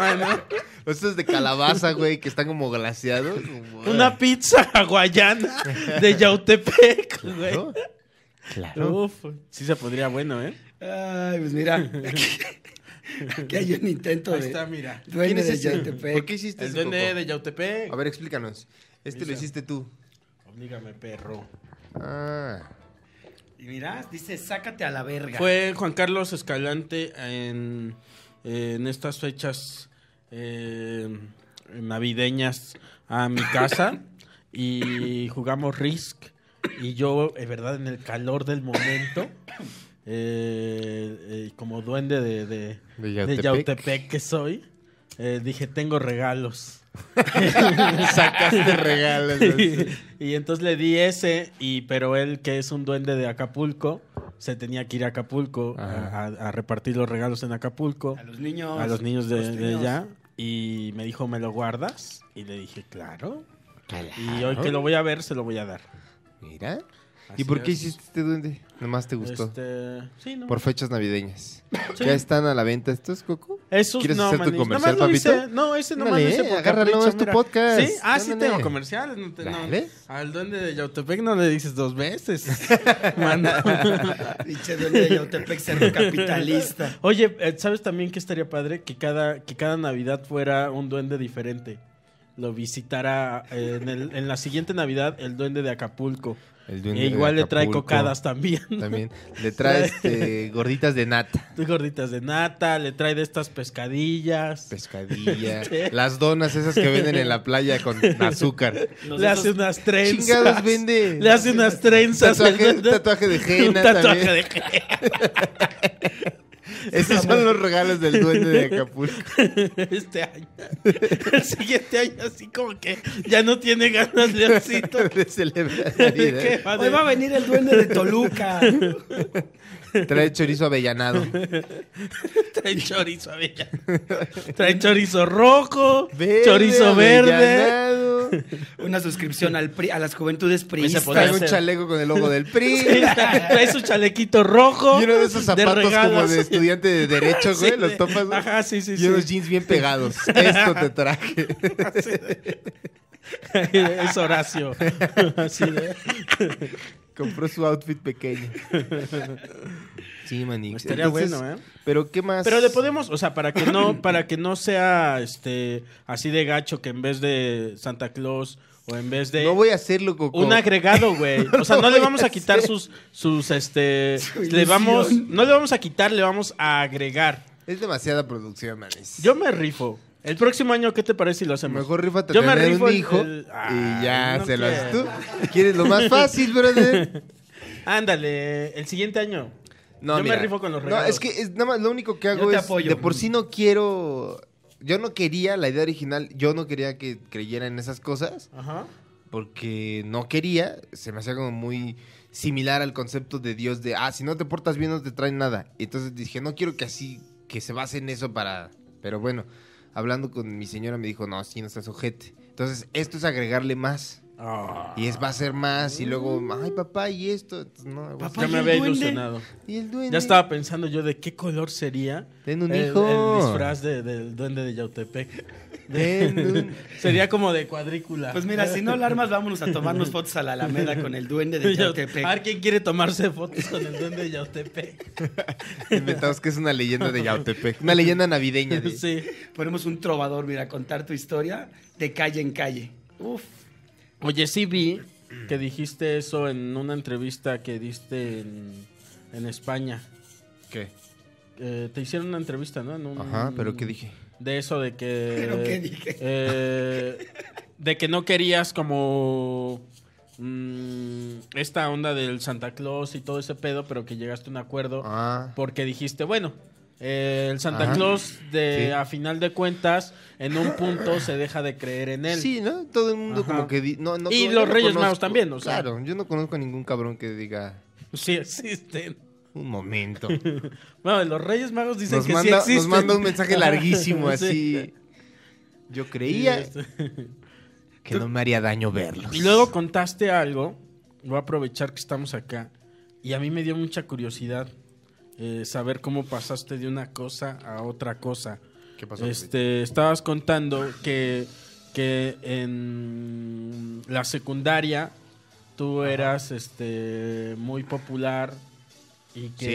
D: Ah, ¿no?
E: Los esos de calabaza, güey, que están como glaseados.
D: Una pizza hawaiana de Yautepec, güey.
E: ¿No?
D: Uf, sí se podría bueno, ¿eh?
C: Ay, pues mira. Aquí, aquí hay un intento
D: Ahí
C: de.
D: está, mira.
C: Duende de
E: ese?
C: Yautepec.
E: ¿Por qué hiciste
D: El
E: ese
D: duende
E: coco?
D: de Yautepec.
E: A ver, explícanos. Este lo hiciste tú.
D: Oblígame, perro.
E: Ah.
C: Y mira, dice, sácate a la verga.
D: Fue Juan Carlos Escalante en, en estas fechas eh, navideñas a mi casa y jugamos Risk y yo, es verdad, en el calor del momento, eh, eh, como duende de, de,
E: De
D: de
E: Yautepec.
D: Yautepec que soy, eh, dije, tengo regalos.
E: Sacaste regalos. así.
D: y entonces le di ese, y pero él, que es un duende de Acapulco, se tenía que ir a Acapulco a, a- a repartir los regalos en Acapulco
C: A los niños.
D: a los niños de, de
C: costeños.
D: allá. Y me dijo, ¿me lo guardas? Y le dije, claro. Y
E: Ah,
D: hoy que lo voy a ver, se lo voy a dar.
E: Mira.
D: Así
E: ¿Y por qué
D: es.
E: hiciste este duende? Nomás te gustó.
D: Este, sí, no.
E: Por fechas navideñas.
D: Sí.
E: ¿Ya están a la venta estos, Coco?
D: Eso
E: ¿Quieres
D: no,
E: hacer tu
D: manito. Nada más
E: comercial,
D: lo
E: papito?
D: hice- No, ese nomás
E: Ándale,
D: lo hice por
E: agárralo,
D: capricho,
E: es tu
D: mira.
E: podcast.
D: Sí, ah, sí
E: Ándale.
D: tengo comerciales. No te- no.
E: Dale.
D: Al duende de Yautepec no le dices dos veces. Mano.
C: Pinche duende de Yautepec, cerdo capitalista.
D: Oye, eh, ¿sabes también que estaría padre? Que cada, que cada Navidad fuera un duende diferente. Lo visitara eh, en, el- en la siguiente Navidad el duende de Acapulco.
E: El
D: E
E: duende de
D: igual le trae
E: Acapulco.
D: cocadas también.
E: También. Le trae este, gorditas de nata.
D: Gorditas de nata, le trae de estas pescadillas.
E: Pues, Pescadilla. Las donas esas que venden en la playa con azúcar.
D: le hace unas trenzas.
E: Chingados vende.
D: Le hace unas trenzas. al
E: Tatuaje,
D: duende.
E: tatuaje de
D: Un
E: henna
D: tatuaje
E: también.
D: de henna.
E: Esos son los regalos del duende de Acapulco.
D: este año. El siguiente año, así como que ya no tiene ganas, Leoncito.
E: De celebrar la vida. ¿eh?
D: ¿Qué va a
C: Hoy va a venir el duende de Toluca.
E: Trae chorizo avellanado.
D: Trae chorizo avellana. Trae chorizo rojo, chorizo verde.
E: avellanado.
C: Una suscripción al PRI, a las juventudes
E: Pues
C: priistas.
D: podría
E: Trae un
D: ser.
E: chaleco con el logo del PRI.
D: Trae su chalequito rojo.
E: Y uno de esos zapatos como
D: regalos.
E: de estudiante de derecho, güey.
D: Sí,
E: los
D: de-
E: topas. güey.
D: Ajá, sí, sí,
E: Y
D: sí.
E: unos jeans bien pegados. Esto te traje.
D: Es Horacio. Así de-
E: Compró su outfit pequeño. Sí, manix.
D: Estaría bueno, ¿eh?
E: Pero ¿qué más?
D: Pero le podemos, o sea, para que no, para que no sea este así de gacho que en vez de Santa Claus o en vez de
E: No voy a hacerlo, Coco.
D: un agregado, güey. O sea, no,
E: No
D: le
E: voy
D: vamos
E: a
D: a quitar
E: hacer.
D: sus sus este
C: Su
D: le vamos
C: ilusión.
D: no le vamos a quitar, le vamos a agregar.
E: Es demasiada producción, manix.
D: Yo me rifo. El próximo año, ¿qué te parece si lo hacemos?
E: Mejor rifate
D: Yo me
E: tener
D: rifo
E: un
D: el-
E: hijo
D: el- Ah,
E: y ya
D: no
E: se lo haces tú.
D: quiero.
E: ¿Quieres lo más fácil, brother?
D: Ándale, el siguiente año.
E: No,
D: Yo me
E: mira.
D: rifo con los
E: No,
D: regalos.
E: es que es, nada más lo único que
C: Yo
E: hago
C: te
E: es
C: apoyo.
E: de por sí no quiero yo no quería la idea original, yo no quería que creyera en esas cosas
D: Ajá.
E: porque no quería, se me hacía como muy similar al concepto de Dios de, ah, si no te portas bien no te traen nada. Y entonces dije, no quiero que así, que se base en eso para... Pero bueno, hablando con mi señora me dijo, no, así no estás ojete. Entonces esto es agregarle más.
D: Ah.
E: Y es va a ser más, y luego, ay papá, y esto. Entonces, no, güey.
D: Ah,
C: Papá,
D: Ya
C: ¿y
D: me
C: el
D: había
C: duende?
D: ilusionado.
E: Y el duende.
D: Ya estaba pensando yo de qué color sería
E: Ten un
D: el,
E: hijo.
D: el disfraz de- del duende de Yautepec.
E: Ten un-
D: sería como de cuadrícula.
C: Pues mira, si no alarmas, vámonos a tomarnos fotos a la Alameda con el duende de Yautepec.
D: A ver quién quiere tomarse fotos con el duende de Yautepec.
E: Inventamos que es una leyenda de Yautepec. Una leyenda navideña. de-
D: Sí.
C: Ponemos un trovador, mira, a contar tu historia de calle en calle. Uf.
D: Oye, sí vi que dijiste eso en una entrevista que diste en, en España.
E: ¿Qué?
D: Eh, te hicieron una entrevista, ¿no? En un-
E: Ajá, pero ¿qué dije?
D: De eso de que.
C: ¿Pero qué dije?
D: eh, de que no querías como. mm, esta onda del Santa Claus y todo ese pedo, pero que llegaste a un acuerdo.
E: Ah.
D: Porque dijiste, bueno, eh, el Santa
E: Ajá.
D: Claus, de,
E: Sí.
D: a final de cuentas, en un punto se deja de creer en él.
E: Sí, ¿no? Todo el mundo
D: Ajá.
E: como que... di- No, no,
D: Y
E: yo
D: los
E: no
D: Reyes
E: conozco-
D: Magos también, o sea.
E: Claro, yo no conozco a ningún cabrón que diga...
D: Sí existen.
E: Un momento.
D: Bueno, los Reyes Magos dicen
E: Nos
D: que
E: manda,
D: sí existen.
E: nos manda un mensaje larguísimo
D: Sí.
E: así. Yo
D: Y,
E: creía
D: este,
E: que no me haría daño verlos.
D: y luego contaste algo, voy a aprovechar que estamos acá, y a mí me dio mucha curiosidad eh, saber cómo pasaste de una cosa a otra cosa.
E: ¿Qué pasó?
D: Este, estabas contando que, que en la secundaria tú eras este muy popular y que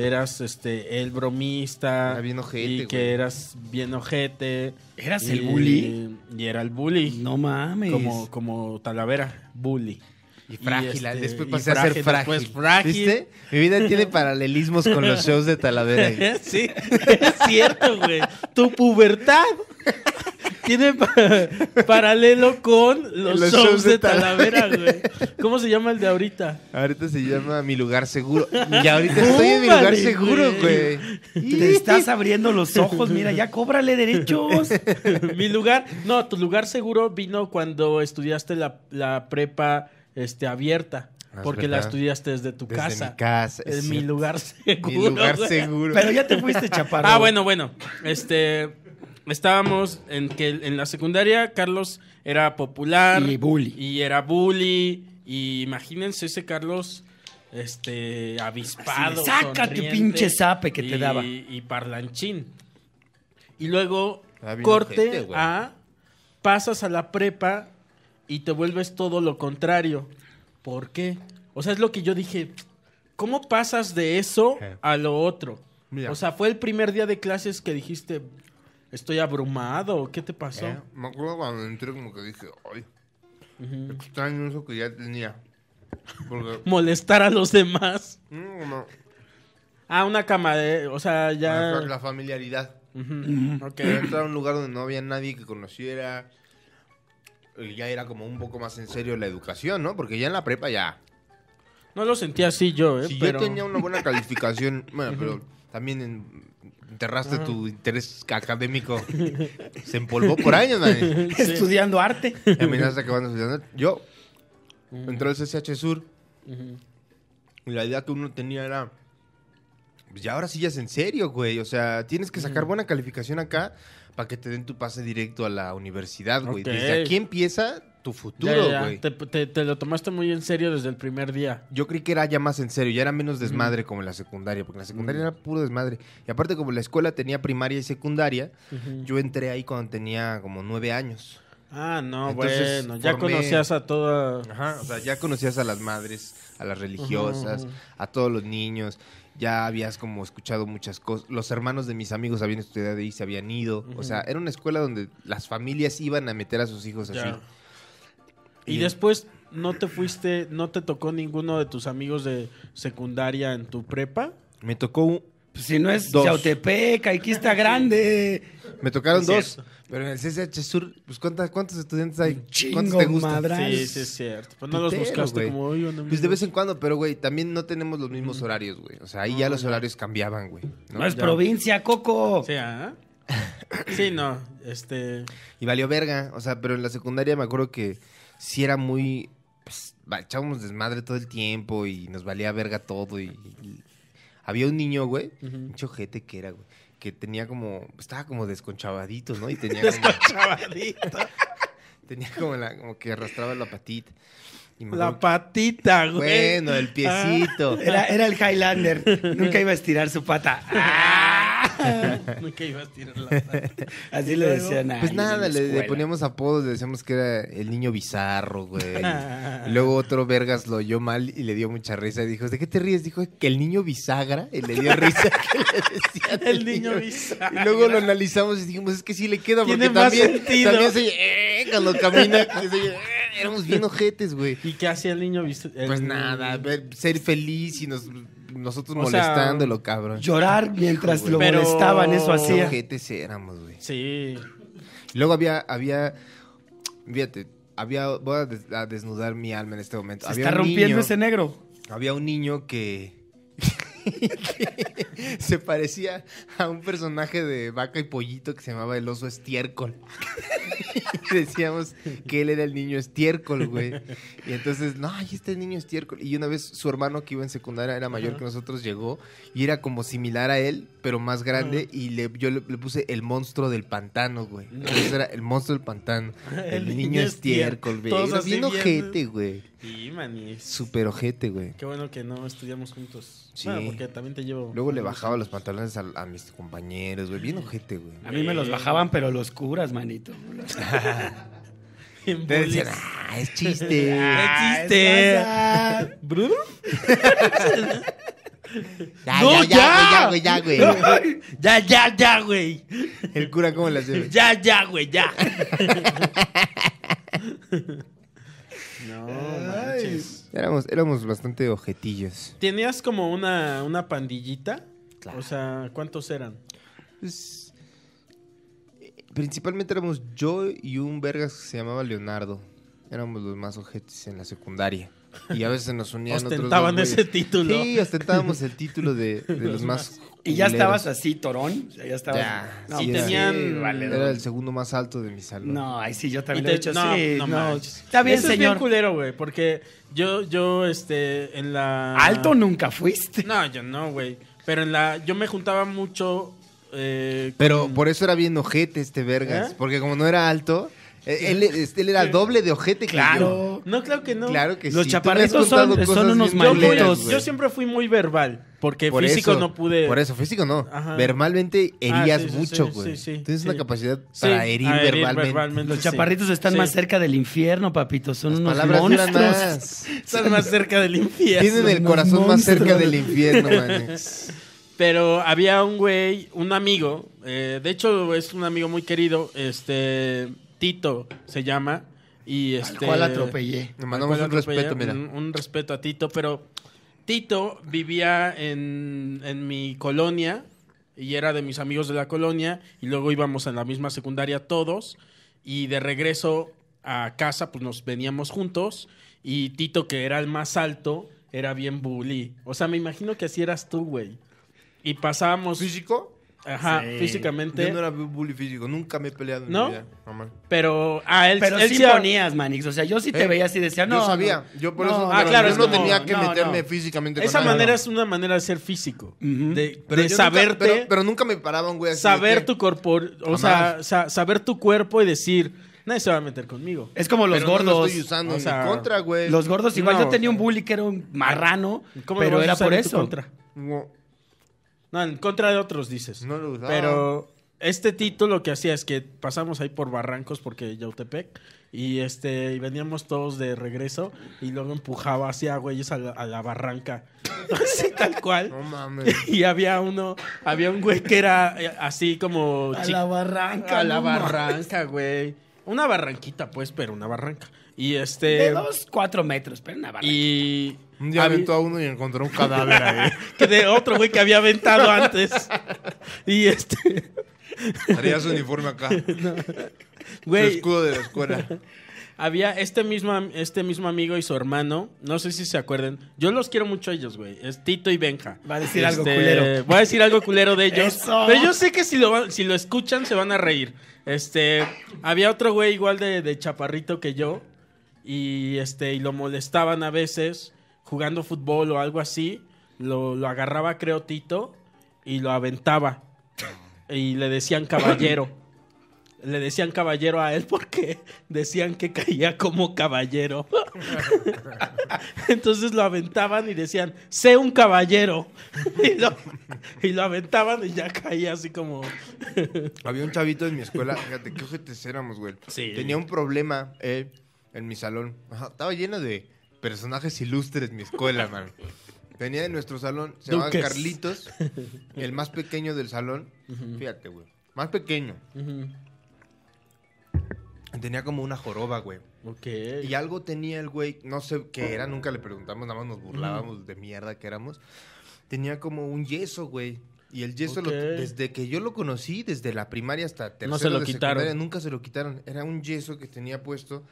E: Sí.
D: eras este el bromista
E: Era bien ojete,
D: y que
E: güey.
D: eras bien ojete.
C: ¿Eras
D: y-
C: el bully?
D: Y era el bully.
C: No mames.
D: Como, como Talavera, bully.
E: Y frágil,
D: este,
E: después
D: y
E: pasé a ser frágil.
D: después frágil.
E: ¿Viste? Mi vida tiene paralelismos con los shows de Talavera.
D: Sí, es cierto, güey. Tu pubertad tiene pa- paralelo con los, shows, de, Talavera, güey. ¿Cómo se llama el de ahorita?
E: Ahorita se llama Mi Lugar Seguro. Y ahorita estoy en mi lugar
D: Órale,
E: seguro,
D: güey.
E: güey.
C: Te estás abriendo los ojos, mira, ya cóbrale derechos.
D: Mi lugar, no, tu lugar seguro vino cuando estudiaste la, la prepa este, abierta.
E: Ah, es
D: Porque la
E: verdad.
D: estudiaste desde tu
E: Desde
D: casa.
E: mi casa, es
D: Es mi
E: cierto.
D: lugar seguro.
E: Mi lugar
D: güey.
E: seguro.
C: Pero ya te fuiste, chaparro.
D: Ah, bueno, bueno. Este. Estábamos en que en la secundaria Carlos era popular.
C: Y bully.
D: Y era bully. Y imagínense ese Carlos. Este. avispado.
C: Así de, "Sácate,
D: sonriente
C: pinche sape", que te
D: y-
C: daba.
D: Y parlanchín. Y luego,
E: Ah, bien
D: corte
E: ojete, güey.
D: a. Pasas a la prepa y te vuelves todo lo contrario. ¿Por qué? O sea, es lo que yo dije. ¿Cómo pasas de eso
E: Eh.
D: a lo otro?
E: Mira.
D: O sea, fue el primer día de clases que dijiste, estoy abrumado, ¿qué te pasó?
E: Eh, Me acuerdo cuando entré como que dije, ay,
D: Ujú.
E: extraño eso que ya tenía. Porque,
D: Molestar a los demás.
E: mm, como-
D: Ah, una cama de, o sea, ya...
E: Ah, la familiaridad.
D: Ujú. Ok.
E: Entrar a un lugar donde no había nadie que conociera. Y ya era como un poco más en serio la educación, ¿no? Porque ya en la prepa ya...
D: No lo sentía así yo, ¿eh?
E: Si
D: pero...
E: yo tenía una buena calificación, bueno, pero también en- enterraste tu interés académico. Se empolvó por años, man.
C: Estudiando arte.
E: Amenaza acabando estudiando. Yo entré al CCH Sur
D: Ujú.
E: y la idea que uno tenía era. Pues ya ahora sí ya es en serio, güey. O sea, tienes que sacar buena calificación acá para que te den tu pase directo a la universidad, güey.
D: Ok.
E: Desde aquí empieza tu
D: Ya,
E: futuro,
D: ya,
E: güey.
D: Te, te- te lo tomaste muy en serio desde el primer día.
E: Yo creí que era ya más en serio, ya era menos desmadre como en la secundaria, porque en la secundaria era puro desmadre. Y aparte, como la escuela tenía primaria y secundaria,
D: Ujú.
E: yo entré ahí cuando tenía como nueve años.
D: Ah, no,
E: Entonces,
D: bueno, ya
E: formé-
D: conocías a toda...
E: Ajá, o sea, ya conocías a las madres, a las religiosas,
D: Ujú, ujú.
E: a todos los niños. ya habías como escuchado muchas cosas. Los hermanos de mis amigos habían estudiado ahí, se habían ido. O sea, era una escuela donde las familias iban a meter a sus hijos así.
D: Ya. Y después no te fuiste, no te tocó ninguno de tus amigos de secundaria en tu prepa.
E: Me tocó un-
C: Pues si no es
E: Dos.
C: Chautepec, aquí está grande.
E: me tocaron
D: Es
E: dos,
D: cierto.
E: pero en el CCH Sur, pues ¿cuántas- ¿cuántos estudiantes hay?
C: chingo,
E: ¿Cuántos te gustan?
C: madre. Tras-
D: Sí, sí, es cierto. Pues no los
E: Putero,
D: buscaste
E: güey.
D: como hoy o no.
E: Pues de vez en cuando, pero güey, también no tenemos los mismos horarios, güey. O sea, ahí ya los horarios cambiaban, güey. ¿no?
C: No, es
E: Ya.
C: provincia, Coco.
D: Sí, ¿ah? Sí, no. Este.
E: Y valió verga. O sea, pero en la secundaria me acuerdo que sí era muy. Pues, va- echábamos desmadre todo el tiempo y nos valía verga todo. Y, y- había un niño, güey, un chojete que era, güey, que tenía como. Estaba como desconchavadito, ¿no? Y tenía como.
D: Chavadito.
E: tenía como, la, como que arrastraba la patita. Y me
D: La
E: acuerdo-
D: patita, güey.
E: Bueno, el piecito.
C: Era, era el Highlander. Nunca iba a estirar su pata. ¡Ah!
D: Nunca iba a tirar la patita.
C: Así le decían a
E: Pues
C: alguien en
E: nada,
C: la
E: le, le
C: escuela.
E: poníamos apodos, le decíamos que era el niño bizarro, güey. Y luego otro Vergas lo oyó mal y le dio mucha risa. Y dijo, ¿de qué te ríes? Dijo, que el niño bisagra. Y le dio risa que le decían
D: El niño bisagra.
E: Y luego lo analizamos y dijimos, es que sí le queda. Porque
D: Tiene más
E: también,
D: sentido.
E: también se... eh, cuando camina, se- eh, éramos bien ojetes, güey.
D: ¿Y qué hacía el niño bis- el-
E: Pues nada, ver- ser feliz y nos, nosotros
D: O sea,
E: molestándolo, cabrón.
C: Llorar mientras lo
D: Pero-
C: molestaban, eso
E: Qué
C: hacía.
E: ojetes éramos, güey.
D: Sí.
E: Luego había, había, fíjate, había, voy a, des- a desnudar mi alma en este momento.
C: Se
E: había
C: está
E: un
C: rompiendo
E: niño-
C: ese negro.
E: Había un niño que, que se parecía a un personaje de vaca y pollito que se llamaba el oso estiércol. Decíamos que él era el niño estiércol, güey. Y entonces, no, y este niño estiércol. Y una vez su hermano que iba en secundaria era mayor que nosotros llegó y era como similar a él, pero más grande. Y le, yo le, le puse el monstruo del pantano, güey. Entonces era el monstruo del pantano. El, niño, estiércol, güey.
D: Todos
E: Era
D: así
E: bien
D: viendo.
E: ojete, güey.
D: Sí, manis.
E: Súper ojete, güey.
D: Qué bueno que no estudiamos juntos.
E: Sí.
D: Bueno, porque también te llevo.
E: Luego le bajaba los pantalones a, a mis compañeros, güey. Bien ojete, güey.
C: A mí me los bajaban, pero los curas, manito.
D: En
E: Te
D: bullies.
E: decían, ah, es chiste.
D: Ah,
C: es
D: chiste.
C: WhatsApp.
D: ¿Bruno?
E: Ya,
D: ¡No,
E: ya,
D: ya!
E: güey, ya, güey, ya, güey.
D: Ya, ya, ya, güey.
E: El cura, ¿cómo le hace?
D: Ya, ya, güey, ya. no, manches.
E: Éramos, éramos bastante ojetillos.
D: ¿Tenías como una, una pandillita?
E: Claro.
D: O sea, ¿cuántos eran?
E: Pues, eh, principalmente éramos yo y un vergas que se llamaba Leonardo. Éramos los más ojetes en la secundaria. Y a veces nos unían otros
D: Ostentaban
E: dos
D: ese
E: güeyes.
D: título.
E: Sí, ostentábamos el título de, de los más.
C: Y ya
E: culeros.
C: estabas así, torón. O sea, ya estabas.
E: Ya,
C: no,
E: sí,
C: pues
D: tenían-
C: sí, valedor.
E: Era el segundo más alto de mi salón.
C: No, ahí sí, yo
D: Y
C: también
D: te-
C: lo he hecho
D: no,
C: así.
D: no
C: no.
D: manches.
C: Está bien,
D: Eso Es bien
C: señor.
D: culero, güey, porque yo, yo, este, en la...
C: Alto nunca fuiste.
D: No, yo no, güey. Pero en la... Yo me juntaba mucho... eh,
E: Pero
D: con-
E: por eso era bien ojete este vergas,
D: ¿Eh?
E: porque como no era alto, eh, él, este, él era doble de ojete que yo.
C: Claro.
D: No, claro que no.
E: Claro que
C: Los
E: sí.
C: chaparritos
E: Tú me has
C: son-
E: contado
C: son
E: cosas
C: unos
D: Yo, fui-
E: bien
C: malditos,
E: culeras,
C: Boletos,
E: güey.
D: yo siempre fui muy verbal, porque
E: Por
D: físico
E: eso-
D: no pude...
E: Por eso, físico no.
D: Ajá.
E: Verbalmente
D: Ah,
E: herías
D: sí, sí,
E: mucho,
D: sí, sí,
E: güey.
D: sí,
E: Tienes
D: sí.
E: una capacidad
D: Sí,
E: para herir,
D: a
E: verbalmente.
C: Los
D: sí.
C: chaparritos están
D: Sí.
C: más cerca del infierno, papito. Son
E: Las
C: unos
E: palabras duran
C: monstruos.
E: más.
D: Están más cerca del infierno.
E: Tienen el
C: unos
E: corazón más
C: monstruos.
E: cerca del infierno, man.
D: Pero había un güey, un amigo, eh, de hecho es un amigo muy querido, este Tito se llama y
C: Al
D: este
C: cual atropellé.
E: Le mandamos
D: al
E: un
D: cual atropellé,
E: respeto, mira.
D: Un, un respeto a Tito, pero Tito vivía en, en mi colonia y era de mis amigos de la colonia y luego íbamos a la misma secundaria todos y de regreso a casa pues nos veníamos juntos y Tito que era el más alto era bien bully. O sea, me imagino que así eras tú, güey. Y pasábamos
E: ¿Físico?
D: ajá,
C: Sí.
D: físicamente,
E: Yo no era bully físico, nunca me he peleado en
D: ¿No?
E: mi vida. mamá.
D: pero a él,
C: Pero
D: él
C: sí
D: sí-
C: ponías, Manix. O sea, yo sí te
E: Eh,
C: veía así y decía, no.
E: yo sabía,
C: no,
E: yo por
C: no,
E: eso
C: no,
D: ah,
E: pero
D: claro,
E: yo
D: es
E: no
D: como-
E: tenía que
C: no, no.
E: meterme físicamente
D: Esa
E: con nadie.
D: manera es una manera de ser físico,
C: Ujú.
D: de,
E: Pero
D: de
E: yo nunca-
D: saberte
E: pero, pero nunca me paraban, güey. así de
D: saber
E: que-
D: tu cuerpo, o
E: Jamás.
D: sea, sa- saber tu cuerpo y decir, nadie se va a meter conmigo.
C: Es como los
E: pero
C: gordos.
E: No lo estoy usando
D: o
E: en mi
D: sea,
E: contra, güey.
C: Los gordos, igual
D: No,
C: yo tenía
D: o
C: un
D: sea.
C: bully que era un marrano,
D: ¿Cómo lo
C: pero
D: vas a
C: era
D: usar
C: por
D: en tu
C: eso.
D: contra?
E: No, pues,
D: No, en contra de otros dices.
E: no lo usaba.
D: Pero este Tito lo que hacía es que pasamos ahí por Barrancos porque Yautepec y este y veníamos todos de regreso y luego empujaba hacia güeyes a la, a la barranca. Así tal cual.
E: No mames.
D: Y había uno, había un güey que era eh, así como
C: A
D: chi-
C: la barranca.
D: a la
C: no mames.
D: barranca, güey. Una barranquita pues, pero una barranca. Y este
C: De dos, cuatro metros, pero una barranca.
D: y
E: Un día
D: había-
E: aventó a uno y encontró un cadáver ahí.
D: que de otro güey que había aventado antes. Y este
E: Traía su uniforme acá. Su
D: güey
E: escudo de la escuela.
D: Había este mismo, am- este mismo amigo y su hermano. No sé si se acuerdan. Yo los quiero mucho a ellos, güey. Es Tito y Benja. Este,
C: Va a decir algo culero.
D: Voy a decir algo culero de ellos.
C: Eso.
D: Pero yo sé que si lo, van- si lo escuchan se van a reír. Este, había otro güey igual de, de chaparrito que yo. Y, este, y lo molestaban a veces jugando fútbol o algo así. Lo, lo agarraba, creo, Tito. Y lo aventaba. Y le decían caballero. Le decían caballero a él porque decían que caía como caballero. Entonces lo aventaban y decían, sé un caballero. Y lo, y lo aventaban y ya caía así como...
E: Había un chavito en mi escuela, fíjate, qué ojetes éramos, güey.
D: Sí.
E: Tenía un problema eh, en mi salón. Ajá, estaba lleno de personajes ilustres mi escuela, man. Tenía en nuestro salón, se llamaba
D: Duques.
E: Carlitos, el más pequeño del salón. Fíjate, güey. Más pequeño. Tenía como una joroba, güey.
D: Ok.
E: Y algo tenía el güey, no sé qué era, nunca le preguntamos, nada más nos burlábamos de mierda que éramos. Tenía como un yeso, güey. Y el yeso, lo-
D: Ok.
E: desde que yo lo conocí, desde la primaria hasta tercero
D: No se lo
E: de
D: quitaron.
E: secundaria, nunca se lo quitaron. Era un yeso que tenía puesto.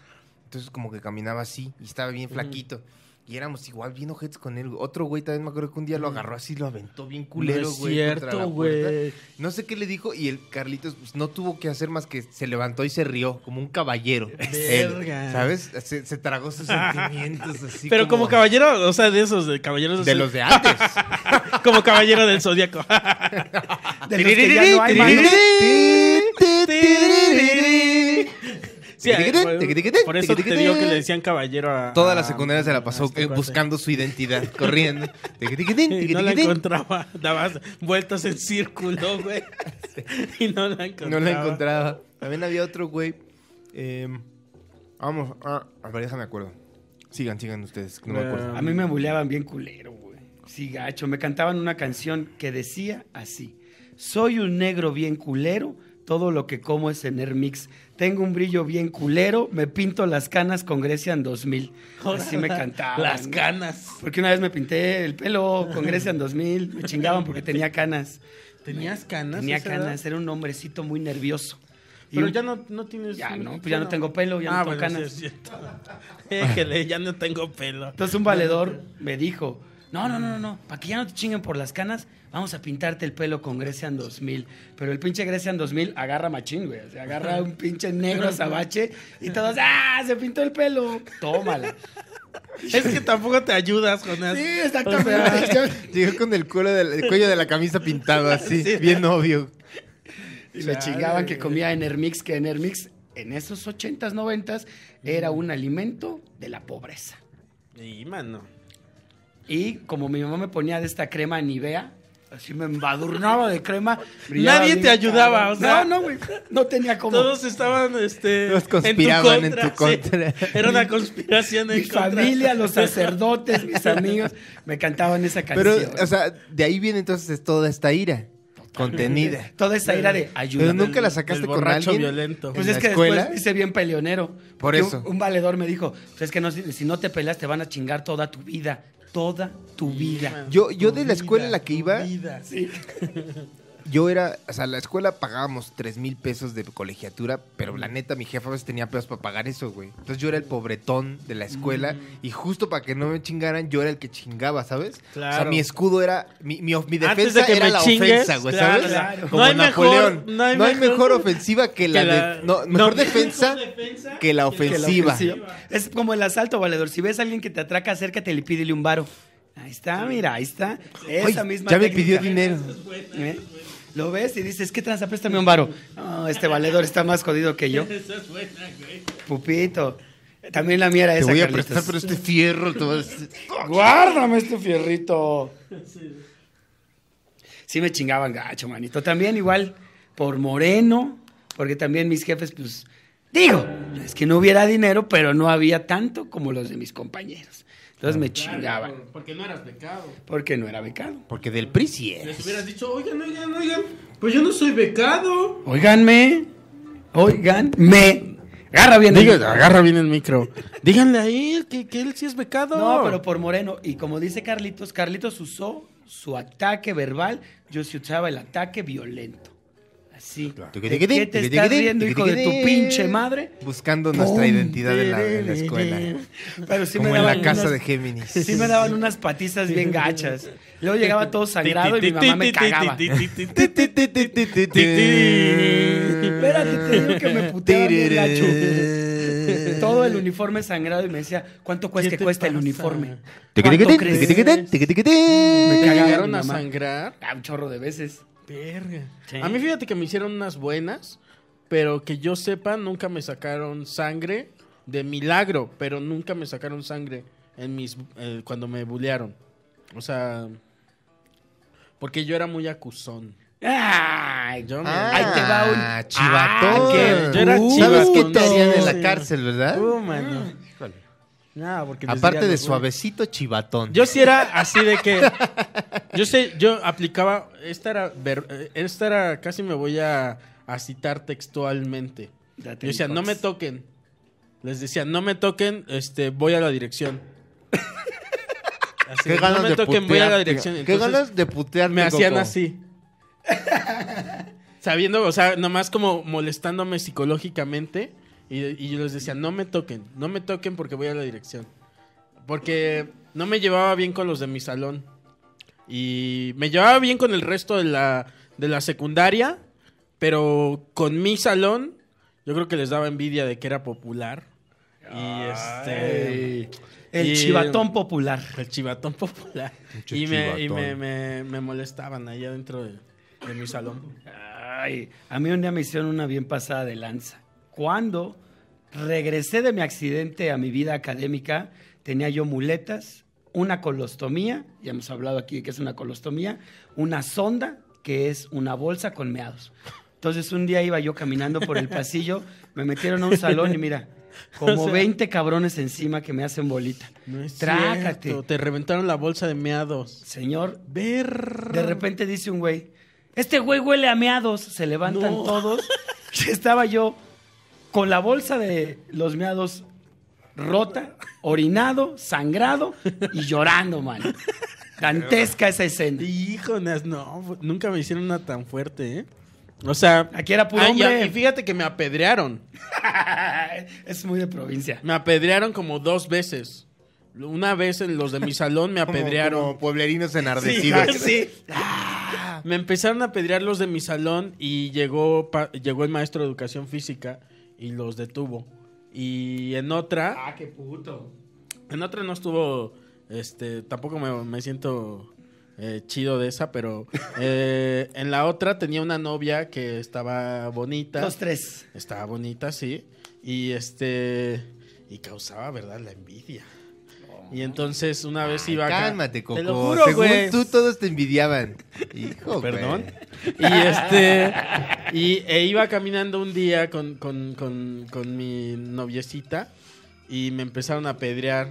E: Entonces como que caminaba así y estaba bien flaquito. Y éramos igual bien ojetes con él. güey. Otro güey también me acuerdo que un día lo agarró así, lo aventó bien culero,
D: No es
E: güey. contra la
D: cierto,
E: puerta.
D: güey.
E: No sé qué le dijo y el Carlitos pues, no tuvo que hacer más que se levantó y se rió como un caballero. Él,
D: Verga.
E: ¿Sabes? Se, se tragó sus sentimientos así.
D: Pero como,
E: caballero.
D: caballero, o sea, de esos, de caballeros...
E: De los de antes.
D: Como caballero del zodiaco.
C: De los que ya no hay, mano.
D: Sí, eh, por, por eso te digo que le decían caballero a...
E: Toda la
D: a-
E: secundaria se la pasó
D: a este
E: eh,
D: cuate.
E: buscando su identidad, corriendo.
D: Y no la encontraba. Dabas vueltas en círculo, güey. Y no la encontraba.
E: No la encontraba. También había otro güey. eh, vamos, ah, a ver, déjame acuerdo. Sigan, sigan ustedes, que no me
D: Eh,
E: acuerdo.
C: A mí me buleaban bien culero, güey. Sí, gacho. Me cantaban una canción que decía así. Soy un negro bien culero, todo lo que como es tener mix. Tengo un brillo bien culero, me pinto las canas con Grecia en 2000. Así me cantaban.
D: Las canas.
C: Porque una vez me pinté el pelo con Grecia en 2000. Me chingaban porque tenía canas.
D: ¿Tenías canas? a
C: Tenía
D: esa edad?
C: canas, era un hombrecito muy nervioso. Y
D: Pero
C: un-
D: ya no, no tienes... Ah,
C: Ya no, pues ya no tengo pelo, ya no tengo
D: bueno, sí
C: canas.
D: es cierto. Éjele, ya no tengo pelo.
C: Entonces un valedor me dijo, no, no, no, no, no, para que ya no te chinguen por las canas, vamos a pintarte el pelo con Grecian 2000. Pero el pinche Grecian 2000 agarra machín, güey. O sea, agarra un pinche negro azabache y todos, ¡ah! Se pintó el pelo. Tómala.
D: Es que tampoco te ayudas, Jonás.
C: Sí, exactamente.
E: Llegué con el cuello de la, el cuello de la camisa pintado así, bien obvio.
C: Y me chingaban que comía Enermix, que Enermix en esos 80s, 90s era un alimento de la pobreza.
D: Y, mano.
C: Y como mi mamá me ponía de esta crema Nivea, así me embadurnaba de crema. brillaba
D: Nadie
C: bien
D: te ayudaba,
C: cabrón.
D: o sea.
C: No, no, güey. No tenía como.
D: Todos estaban, este...
E: Todos conspiraban en tu contra.
D: sí. Era una conspiración en
C: mi
D: contra.
C: familia, los sacerdotes, mis amigos, me cantaban esa
E: Pero,
C: canción.
E: o sea, de ahí viene entonces toda esta ira contenida.
C: Toda esa ira de
E: Pero
C: ayuda.
E: nunca la
D: del-
E: sacaste
D: del
E: con
D: borracho
E: alguien.
D: violento.
E: en
C: Pues
E: la
C: es que
E: escuela.
C: después me hice bien peleonero.
E: Por
C: Que
E: eso.
C: Un, un valedor me dijo, pues es que no, si si no te pelas te van a chingar toda tu vida. Toda tu vida.
E: Yo, yo de
D: Tu
E: la escuela en la
D: vida,
E: que
D: tu
E: iba,
D: vida.
E: yo era, o sea, la escuela pagábamos tres mil pesos de colegiatura, pero la neta, mi jefa a veces tenía pesos para pagar eso, güey. Entonces yo era el pobretón de la escuela y justo para que no me chingaran, yo era el que chingaba, ¿sabes? O sea,
D: Claro.
E: mi escudo era, mi, mi, of- mi
D: Antes
E: defensa
D: de que
E: era
D: me
E: la
D: chingues,
E: ofensa, güey,
D: claro,
E: ¿sabes?
D: claro.
E: Como
D: No hay
E: Napoleón.
D: mejor- no hay
E: no hay
D: mejor-
E: mejor ofensiva que la,
D: que la-
E: de- no,
D: no,
E: mejor
D: mejor
E: defensa
D: defensa
E: que la
D: que la
E: ofensiva.
C: Es como el asalto, valedor. Si ves a alguien que te atraca, acércatele y pídele un varo. Ahí está, mira, ahí está. Esa
E: Ay,
C: misma
E: ya me
C: técnica.
E: pidió dinero.
C: ¿Eh? Lo ves y dices, ¿qué tranza? Préstame un varo. No, este valedor está más jodido que yo.
D: Esa es buena, güey.
C: Pupito. También la mía era
E: Te
C: esa,
E: voy a
C: Carlitos.
E: prestar, pero este fierro. te voy a decir-
C: Guárdame este fierrito. Sí me chingaban gacho, manito. También igual por Moreno, porque también mis jefes, pues, digo, es que no hubiera dinero, pero no había tanto como los de mis compañeros. Entonces me chingaban,
D: Claro, Porque no eras becado.
C: porque no era becado.
E: Porque del PRI sí eres.
D: Les hubieras dicho, oigan, oigan, oigan, pues yo no soy becado.
C: Óiganme, óiganme. Agarra bien. el-
D: Diga, agarra bien el micro. Díganle a él que, que él sí es becado.
C: No, pero por Moreno. Y como dice Carlitos, Carlitos usó su ataque verbal, yo sí usaba el ataque violento. Así. ¿De
E: Tuquitiquitín,
C: qué te estás
E: tuquitiquitín,
C: riendo, hijo de tu
E: tuquitiquitín.
C: pinche madre?
E: Buscando nuestra
C: Pum,
E: identidad en la, en la escuela.
C: Pero sí
E: como
C: me
E: en la
C: daban
E: casa
C: unas-
E: de Géminis.
C: Sí me daban unas patizas bien gachas. Luego llegaba todo sangrado y mi mamá me cagaba.
E: Ti, ti, ti, ti, ti, ti, ti.
C: Espérate, te digo que me puteaba bien gacho. Todo el uniforme sangrado y me decía, ¿cuánto cuesta
D: ¿Qué
C: que
D: te
C: cuesta el
D: pasa?
C: uniforme?
E: Tiquitiquitín,
C: ¿Cuánto crees?
E: tiquitiquitín, tiquitiquitín.
D: Me
C: cagaba
D: cagaron
C: mi
D: a
C: mamá.
D: sangrar.
C: Ah, un chorro de veces.
D: Verga.
C: Sí.
D: A mí fíjate que me hicieron unas buenas, pero que yo sepa, nunca me sacaron sangre de milagro, pero nunca me sacaron sangre en mis eh, cuando me bullearon. O sea, porque yo era muy acusón.
C: Ay,
D: Yo me-
E: Ah,
C: Ahí te va un-
E: ah, chivatón.
C: Ah, qué
D: Yo era
E: Uh, ¿Sabes qué te
D: chivatón.
E: hacían en la cárcel, verdad?
D: Uh, mano. No, porque les
E: Ah, Aparte
D: diría,
E: de
D: no, uy.
E: suavecito, chivatón.
D: Yo sí era así de que. Yo sé, yo aplicaba. Esta era. ver- eh, esta era. Casi me voy a, a citar textualmente.
C: Date
D: Yo decía,
C: mi
D: no
C: cox.
D: me toquen. Les decía, no me toquen, este, voy a la dirección. Así
E: ¿Qué
D: de,
E: ganas
D: no me
E: de
D: toquen,
E: putear,
D: voy a la
E: tío?
D: dirección.
E: ¿Qué
D: Entonces,
E: ganas de putear?
D: Me hacían así. Sabiendo, o sea, nomás como molestándome psicológicamente. Y, y yo les decía, no me toquen, no me toquen porque voy a la dirección. Porque no me llevaba bien con los de mi salón. Y me llevaba bien con el resto de la, de la secundaria. Pero con mi salón, yo creo que les daba envidia de que era popular. Y este.
C: Ay, El
D: y-
C: chivatón popular.
D: El chivatón popular.
E: Mucho
D: Y, me, y
E: chivatón.
D: me, me- me molestaban allá dentro de, de mi salón.
C: Ay, a mí un día me hicieron una bien pasada de lanza. Cuando regresé de mi accidente a mi vida académica, tenía yo muletas, una colostomía, ya hemos hablado aquí de que es una colostomía, una sonda, que es una bolsa con meados. Entonces un día iba yo caminando por el pasillo, me metieron a un salón y mira, como
D: O sea-
C: 20 cabrones encima que me hacen bolita.
D: No es
C: Trácate.
D: cierto, Te reventaron la bolsa de meados.
C: Señor,
D: Ver.
C: De repente dice un güey, este güey huele a meados, se levantan
D: No.
C: todos. Y Estaba yo con la bolsa de los meados rota, orinado, sangrado y llorando, man. Dantesca esa escena.
D: Híjolas, no. fu- Nunca me hicieron una tan fuerte, ¿eh? O sea.
C: Aquí era puro
D: ah, y-
C: hombre.
D: y fíjate que me apedrearon.
C: es muy de provincia.
D: Me apedrearon como dos veces. Una vez en los de mi salón me apedrearon.
E: Como pueblerinos
D: Sí,
E: enardecidos.
D: sí. Ah, Me empezaron a pedrear los de mi salón y llegó, pa- llegó el maestro de educación física y los detuvo. Y en otra,
C: Ah, qué puto.
D: en otra no estuvo, este, tampoco me, me siento eh, chido de esa, pero eh, en la otra tenía una novia que estaba bonita.
C: Los tres.
D: Estaba bonita, sí. Y este. Y causaba, ¿verdad? La envidia. Y entonces una vez
E: Ay,
D: iba acá-
E: Cálmate, Coco.
D: Te lo juro,
E: Según
D: güey.
E: tú, todos te envidiaban. Hijo,
D: Perdón.
E: güey.
D: Y este. Y e iba caminando un día con, con- con- con mi noviecita. Y me empezaron a pedrear.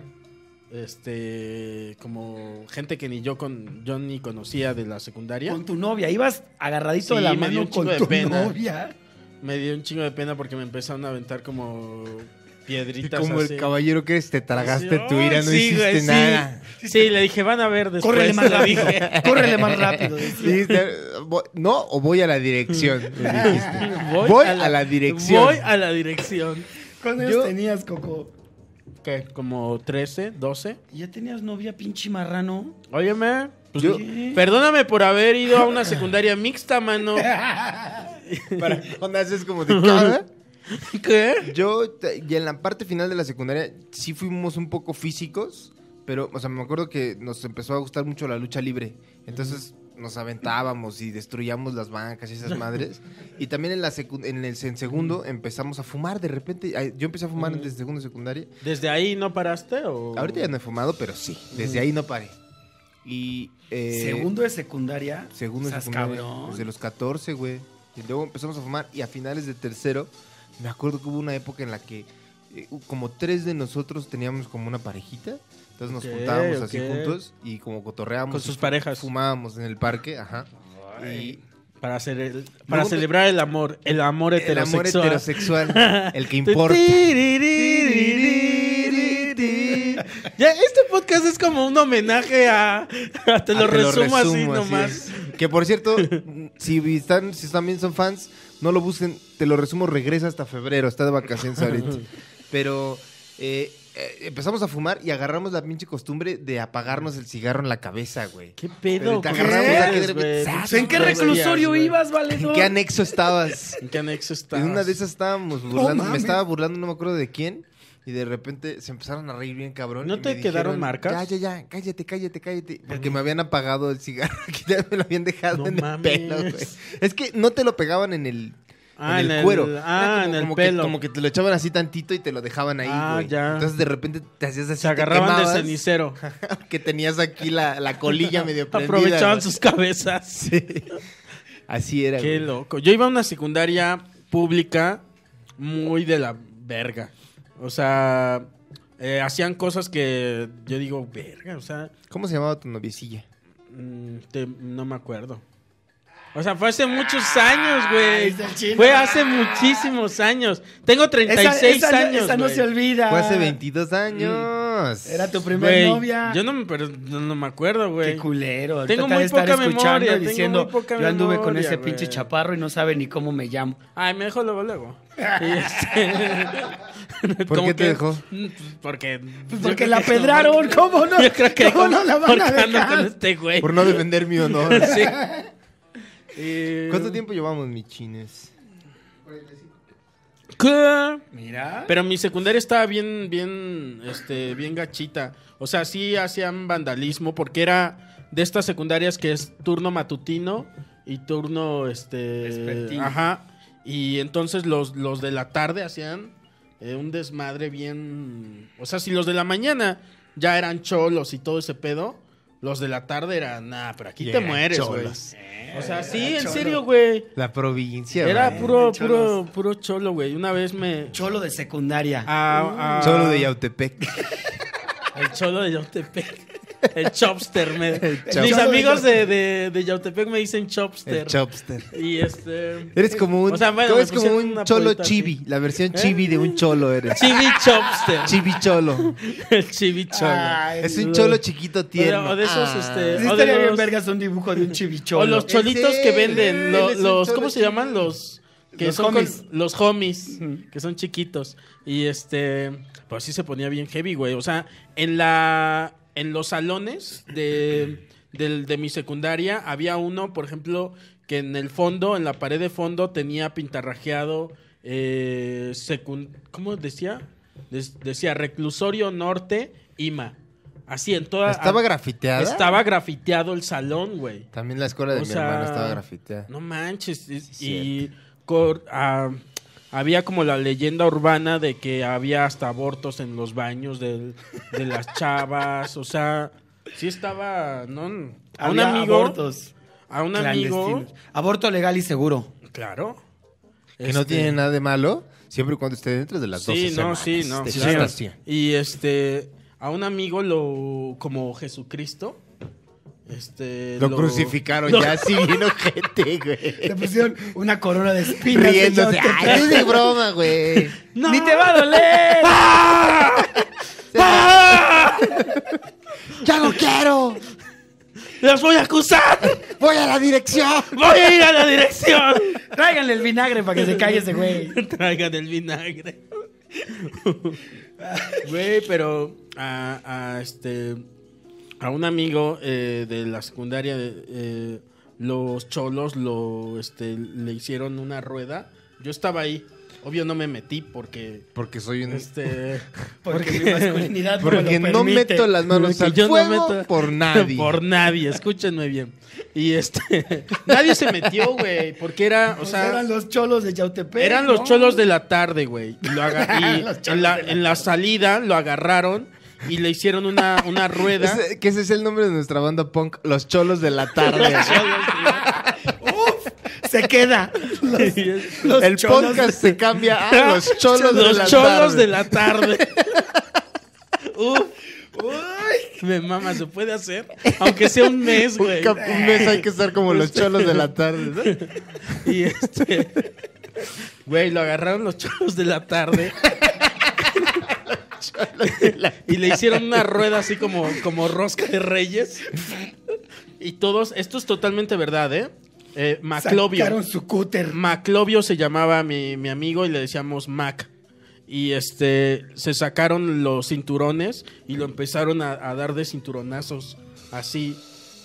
D: Este. Como gente que ni yo, con, yo ni conocía de la secundaria.
C: Con tu novia. Ibas agarradito
D: Sí,
C: de la
D: me dio
C: mano
D: un chingo
C: con
D: de
C: tu
D: pena.
C: novia.
D: Me dio un chingo de pena porque me empezaron a aventar como.
E: Y
D: Piedritas.
E: como el
D: así.
E: caballero que es, te tragaste
D: Así,
E: tu ira, no
D: "Ay, sí,
E: hiciste
D: güey, sí".
E: nada.
D: Sí, le dije, van a ver después.
C: Córrele más
D: le
C: rápido.
D: dije.
C: Córrele más rápido. decía.
E: Dijiste, "Voy- no, o voy a la dirección. le dijiste. Voy, a, la, dirección.
D: Voy a la dirección.
C: ¿Cuántos
E: Yo-
C: años tenías, Coco?
D: ¿Qué? Como 13, 12.
C: ¿Ya tenías novia, pinche marrano?
D: Óyeme. pues,
E: Yo-
D: oye, Perdóname por haber ido a una secundaria mixta, mano.
E: Para cuando haces como de cara.
D: ¿Qué?
E: Yo, te- y en la parte final de la secundaria, sí fuimos un poco físicos, pero, o sea, me acuerdo que nos empezó a gustar mucho la lucha libre. Entonces nos aventábamos y destruíamos las bancas y esas madres. Y también en, la secu- en el en segundo empezamos a fumar de repente. Ay, Yo empecé a fumar desde segundo de secundaria.
D: ¿Desde ahí no paraste? O...
E: Ahorita ya no he fumado, pero sí, desde ahí no paré. Y. eh,
C: Segundo de secundaria.
E: Segundo de
C: Estás
E: secundaria.
C: cabrón.
E: Desde los 14, güey. Y luego empezamos a fumar y a finales de tercero, me acuerdo que hubo una época en la que eh, como tres de nosotros teníamos como una parejita. Entonces nos
D: Ok,
E: juntábamos
D: ok.
E: así juntos y como cotorreábamos.
D: Con
E: y
D: sus parejas.
E: Fumábamos en el parque, ajá. Y
D: Para, hacer el- para
E: Luego me-
D: celebrar el amor, el amor
E: pues, el amor
D: heterosexual.
E: heterosexual, el que importa.
D: Ya, este podcast es como un homenaje a. a te
E: Ah,
D: lo resumo, así
E: resumo,
D: nomás.
E: es. Que por cierto, si están, si también son fans, no lo busquen, te lo resumo, regresa hasta febrero, está de vacaciones ahorita. Pero eh, eh, empezamos a fumar y agarramos la pinche costumbre de apagarnos el cigarro en la cabeza, güey.
D: ¿Qué pedo?
E: Pero te
D: con
E: agarramos
D: ustedes,
E: ya que de repente,
D: güey?
E: ¡zas!
C: ¿En qué
D: Groserías,
C: reclusorio
D: güey.
C: ibas,
E: ¿En
C: valedor?
E: qué anexo estabas?
D: ¿En qué anexo está?
E: En una de esas estábamos burlando, me
C: mames.
E: estaba burlando, no me acuerdo de quién. Y de repente se empezaron a reír bien cabrón.
D: ¿No
E: y
D: te
E: me
D: quedaron
E: dijeron,
D: marcas?
E: Ya, ya, ya, cállate, cállate, cállate. Porque me habían apagado el cigarro, que ya me lo habían dejado
D: No
E: en
D: mames.
E: el pelo, güey. Es que no te lo pegaban en el,
D: Ah,
E: en el cuero. Era
D: Ah, en el
E: como Que,
D: pelo.
E: como que te lo echaban así tantito y te lo dejaban ahí,
D: Ah,
E: güey.
D: ya.
E: Entonces de repente te hacías así,
D: Se
E: te
D: agarraban de
E: quemabas,
D: cenicero.
E: que tenías aquí la, la colilla medio prendida.
D: Aprovechaban
E: güey.
D: sus cabezas.
E: Así era,
D: Qué
E: güey.
D: loco. Yo iba a una secundaria pública muy de la verga. O sea, eh, hacían cosas que yo digo, verga, o sea,
E: ¿Cómo se llamaba tu noviecilla?
D: mm, te- no me acuerdo. O sea, fue hace muchos años,
C: Ah, Ahí
D: güey.
C: está el chino.
D: Fue hace muchísimos años. Tengo 36
C: esa, no-
D: años.
C: esa no
D: güey.
C: se olvida.
E: Fue
D: Ah,
E: hace 22 años.
C: Era tu
D: Güey,
C: primera novia.
D: Yo no me, pero no- no me acuerdo, güey.
C: Qué culero.
D: Tengo
C: Ahorita te
D: muy
C: ha de estar
D: poca
C: escuchando
D: memoria,
C: y
D: tengo
C: diciendo,
D: muy poca
C: yo anduve con
D: memoria,
C: ese pinche
D: güey".
C: chaparro y no sabe ni cómo me llamo.
D: Ay, me dejó luego, luego. Y este-
E: ¿Por
D: como
E: qué te
D: que-
E: dejó?
D: Mm, pues, Porque...
C: Pues
D: yo
C: porque
D: creo
C: la
D: que-
C: pedraron, ¿cómo no?
D: Yo creo que...
C: ¿Cómo no la van a
D: porque ando con
C: dejar?
D: este güey.
E: Por no defender mi honor.
D: Sí. Eh,
E: ¿Cuánto tiempo llevamos, mis chines?
D: ¿Qué?
C: Mira.
D: Pero mi secundaria estaba bien, bien, este, bien gachita. O sea, sí hacían vandalismo porque era de estas secundarias que es turno matutino y turno, este,
C: Vespertino.
D: ajá. Y entonces los, los de la tarde hacían eh, un desmadre bien, o sea, si los de la mañana ya eran cholos y todo ese pedo, los de la tarde eran, nah, pero aquí
E: Y
D: te
E: eran
D: mueres, güey.
E: cholos.
D: O sea, sí,
C: Era
D: en
C: cholo.
D: serio, güey.
E: La provincia.
D: Era
E: güey.
D: puro, puro,
C: cholos.
D: puro cholo, güey. Una vez me,
C: Cholo de secundaria.
D: a- a-
E: Solo de Yautepec.
D: El cholo de Yautepec. El chopster. me-
E: chopster.
D: Mis amigos de, de, de Yautepec me dicen chopster.
E: El chopster.
D: Y este...
E: Eres como un,
D: O sea, bueno, me
E: eres como
D: pusieron
E: un
D: una
E: cholo
D: polita así.
E: chibi. La versión chibi de un cholo eres.
D: Chibi chopster.
E: Chibi cholo.
D: El chibi cholo.
C: Ay,
E: Es un cholo chiquito tierno.
D: o de esos,
E: Ah.
D: este,
C: Sí
D: o de
C: estaría bien
D: los-
C: vergas un dibujo de un chivicholo.
D: O los cholitos
E: Sí,
D: que venden. lo-
E: es un
D: los,
E: cholo
D: ¿Cómo se
E: chibi.
D: llaman? Los... Que
C: Los
D: son con-
C: homies.
D: los homies, que son chiquitos. Y este, pues sí se ponía bien heavy, güey. O sea, en la en los salones de, del- de mi secundaria había uno, por ejemplo, que en el fondo, en la pared de fondo, tenía pintarrajeado, eh, secun- ¿cómo decía? Des- decía reclusorio norte, IMA. Así, en toda...
E: ¿Estaba
D: a-
E: grafiteada?
D: Estaba grafiteado el salón, güey.
E: También la escuela de
D: O
E: mi
D: sea,
E: hermano estaba grafiteada.
D: No manches. y-
E: Sí,
D: y cor- ah, había como la leyenda urbana de que había hasta abortos en los baños del- de las chavas. O sea, sí estaba. ¿no? A un
C: Había
D: amigo.
C: abortos
D: a un amigo.
C: clandestinos. Aborto legal y seguro.
D: Claro.
E: Que no
D: Este,
E: tiene nada de malo, siempre y cuando esté dentro de las dos
D: Sí, no, sí, no.
E: este,
D: claro. Y este. A un amigo lo. como Jesucristo. Este.
E: Lo crucificaron
D: lo-
E: ya, así vino gente,
C: Te
E: güey.
C: pusieron una corona de espinas.
E: Riéndose.
C: señor.
E: Ay, es de broma, güey.
D: ¡No!
C: ¡Ni te va a doler!
E: ¡Ya no quiero!
D: ¡Las voy a acusar!
E: ¡Voy a la dirección!
D: ¡Voy a ir a la dirección!
C: Tráiganle el vinagre para que se calle ese güey.
D: Traigan el vinagre. Güey, pero a, a, este a un amigo eh, de la secundaria eh, los cholos lo este le hicieron una rueda. Yo estaba ahí. Obvio no me metí porque
E: Porque soy un...
D: este
C: Porque mi masculinidad no me
E: Porque
C: lo
E: no
C: permite.
E: meto las manos
D: Que
E: al
D: yo no
E: fuego
D: meto-
E: por nadie.
D: Por nadie, escúchenme bien. Y este nadie se metió, güey, porque era, o
C: Pues
D: sea,
C: eran los cholos de Yautepec.
D: Eran los
C: ¿no?
D: cholos de la tarde, güey. Y lo aga- y
C: Los cholos
D: en, la,
C: de la
D: en la salida lo agarraron y le hicieron una, una rueda.
E: Ese- que ese es el nombre de nuestra banda punk, Los Cholos de la Tarde.
D: Cholos, güey.
C: se queda. Los, los
E: El
C: cholos-
E: podcast se cambia a los cholos de
D: Los
E: la
D: cholos
E: tarde.
D: de la tarde. Uf. Me mama, ¿se puede hacer? Aunque sea un mes,
E: Un,
D: güey.
E: cap- un mes hay que estar como los cholos de la tarde. ¿no?
D: Y este. Güey, lo agarraron los cholos de la tarde. y le hicieron una rueda así como, como rosca de reyes. Y todos, esto es totalmente verdad, ¿eh? eh Maclovio.
C: Sacaron su cúter.
D: Maclovio se llamaba mi, mi amigo y le decíamos Mac. Y este se sacaron los cinturones y lo empezaron a, a dar de cinturonazos así.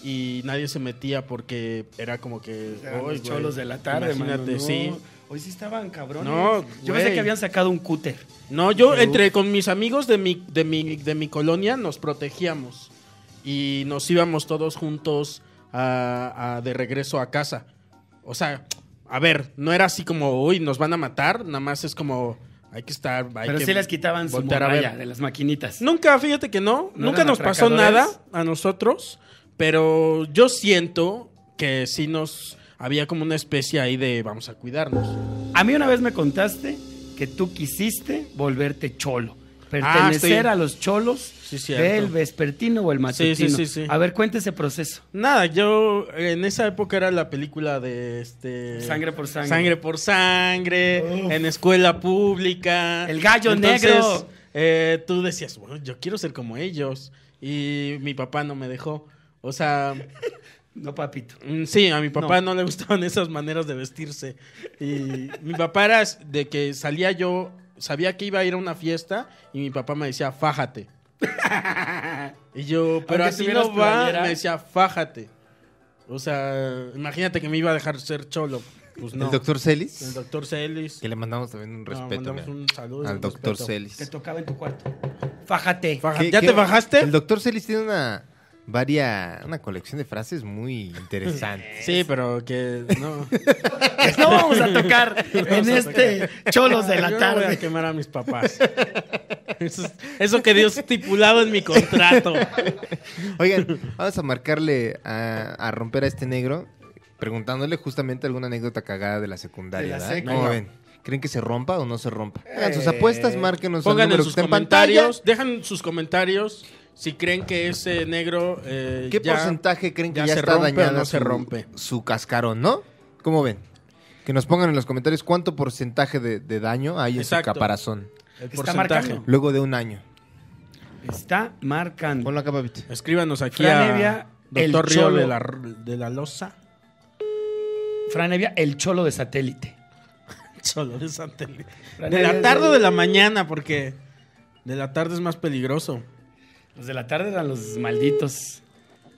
D: Y nadie se metía porque era como que. "Ay,
C: Eran los
D: güey,
C: cholos de la tarde,
D: Imagínate,
C: mano, no.
D: sí.
C: Hoy sí estaban cabrones.
D: No,
C: Yo
D: güey.
C: pensé que habían sacado un cúter.
D: No, yo entre con mis amigos de mi, de mi, de mi colonia nos protegíamos. Y nos íbamos todos juntos a- a- de regreso a casa. O sea, a ver, no era así como, uy, nos van a matar. Nada más es como, hay que estar. hay
C: Pero
D: que
C: sí les quitaban su
D: voltear a ver.
C: morralla de las maquinitas.
D: Nunca, fíjate que no.
C: ¿No
D: nunca
C: eran
D: nos pasó nada
C: atracadores?
D: a nosotros. Pero yo siento que sí nos. Había como una especie ahí de vamos a cuidarnos.
C: A mí una vez me contaste que tú quisiste volverte cholo.
D: Ah,
C: Pertenecer
D: sí.
C: a los cholos
D: Sí, cierto.
C: del vespertino o el matutino.
D: Sí, sí, sí, sí.
C: A ver, cuente ese proceso.
D: Nada, yo en esa época era la película de este
C: Sangre por sangre.
D: Sangre por sangre,
C: Uf.
D: en escuela pública.
C: El gallo negro.
D: eh, tú decías, bueno, yo quiero ser como ellos. Y mi papá no me dejó. O sea,
C: No, papito.
D: Mm, Sí, a mi papá no. le gustaban esas maneras de vestirse. Y mi papá era s- de que salía yo, sabía que iba a ir a una fiesta y mi papá me decía, fájate. y yo, pero
C: Aunque
D: así
C: tuvieras
D: no va,
C: playera.
D: me decía, fájate. O sea, imagínate que me iba a dejar ser cholo. Pues no.
E: El doctor Celis.
D: El doctor Celis.
E: Que le mandamos también un
D: No,
E: respeto
D: mandamos
E: mira,
D: un saludo y
E: al
D: un
E: doctor
D: respeto.
C: Te
E: Celis.
C: tocaba en tu cuarto. Fájate.
D: Faja-
E: ¿Qué-
D: ¿Ya
E: qué-
D: te bajaste?
E: El doctor Celis tiene una varia, una colección de frases muy interesantes.
D: Sí, pero que no.
C: No vamos a tocar en
D: Vamos a
C: este cholos de
D: Yo
C: la
D: no voy a
C: tarde.
D: quemar a mis papás. Eso, es- eso quedó estipulado en mi contrato.
E: Oigan, vamos a marcarle a, a romper a este negro preguntándole justamente alguna anécdota cagada de la secundaria.
C: De la
E: ¿verdad?
C: secu.
E: ¿Cómo
C: Venga.
E: ven? ¿Creen que se rompa o no se rompa? Hagan sus
C: Eh,
E: apuestas, márquenos al
D: Pongan en
E: número
D: sus
E: que está en pantalla.
D: comentarios, dejan sus comentarios si creen que ese negro eh,
E: ¿Qué
D: ya-
E: porcentaje creen que
D: ya
E: ya,
D: se
E: está
D: rompe o
E: dañada
D: no se
E: su-
D: rompe?
E: su cascarón, no? ¿Cómo ven? Que nos pongan en los comentarios cuánto porcentaje de, de daño hay en
D: Exacto.
E: su caparazón.
D: el
C: Está
D: porcentaje.
C: marcando.
E: Luego de un año.
C: Está marcando.
E: Ponlo acá, papito.
D: Escríbanos aquí
C: Fran
D: a
C: Evia, el
D: Doctor Río
C: cholo.
D: de la, de la Loza.
C: Fran Evia, el cholo de satélite.
D: Cholo de satélite.
C: Fran
D: De la
C: Evia,
D: tarde o de la mañana, porque de la tarde es más peligroso.
C: Los de la tarde eran los malditos.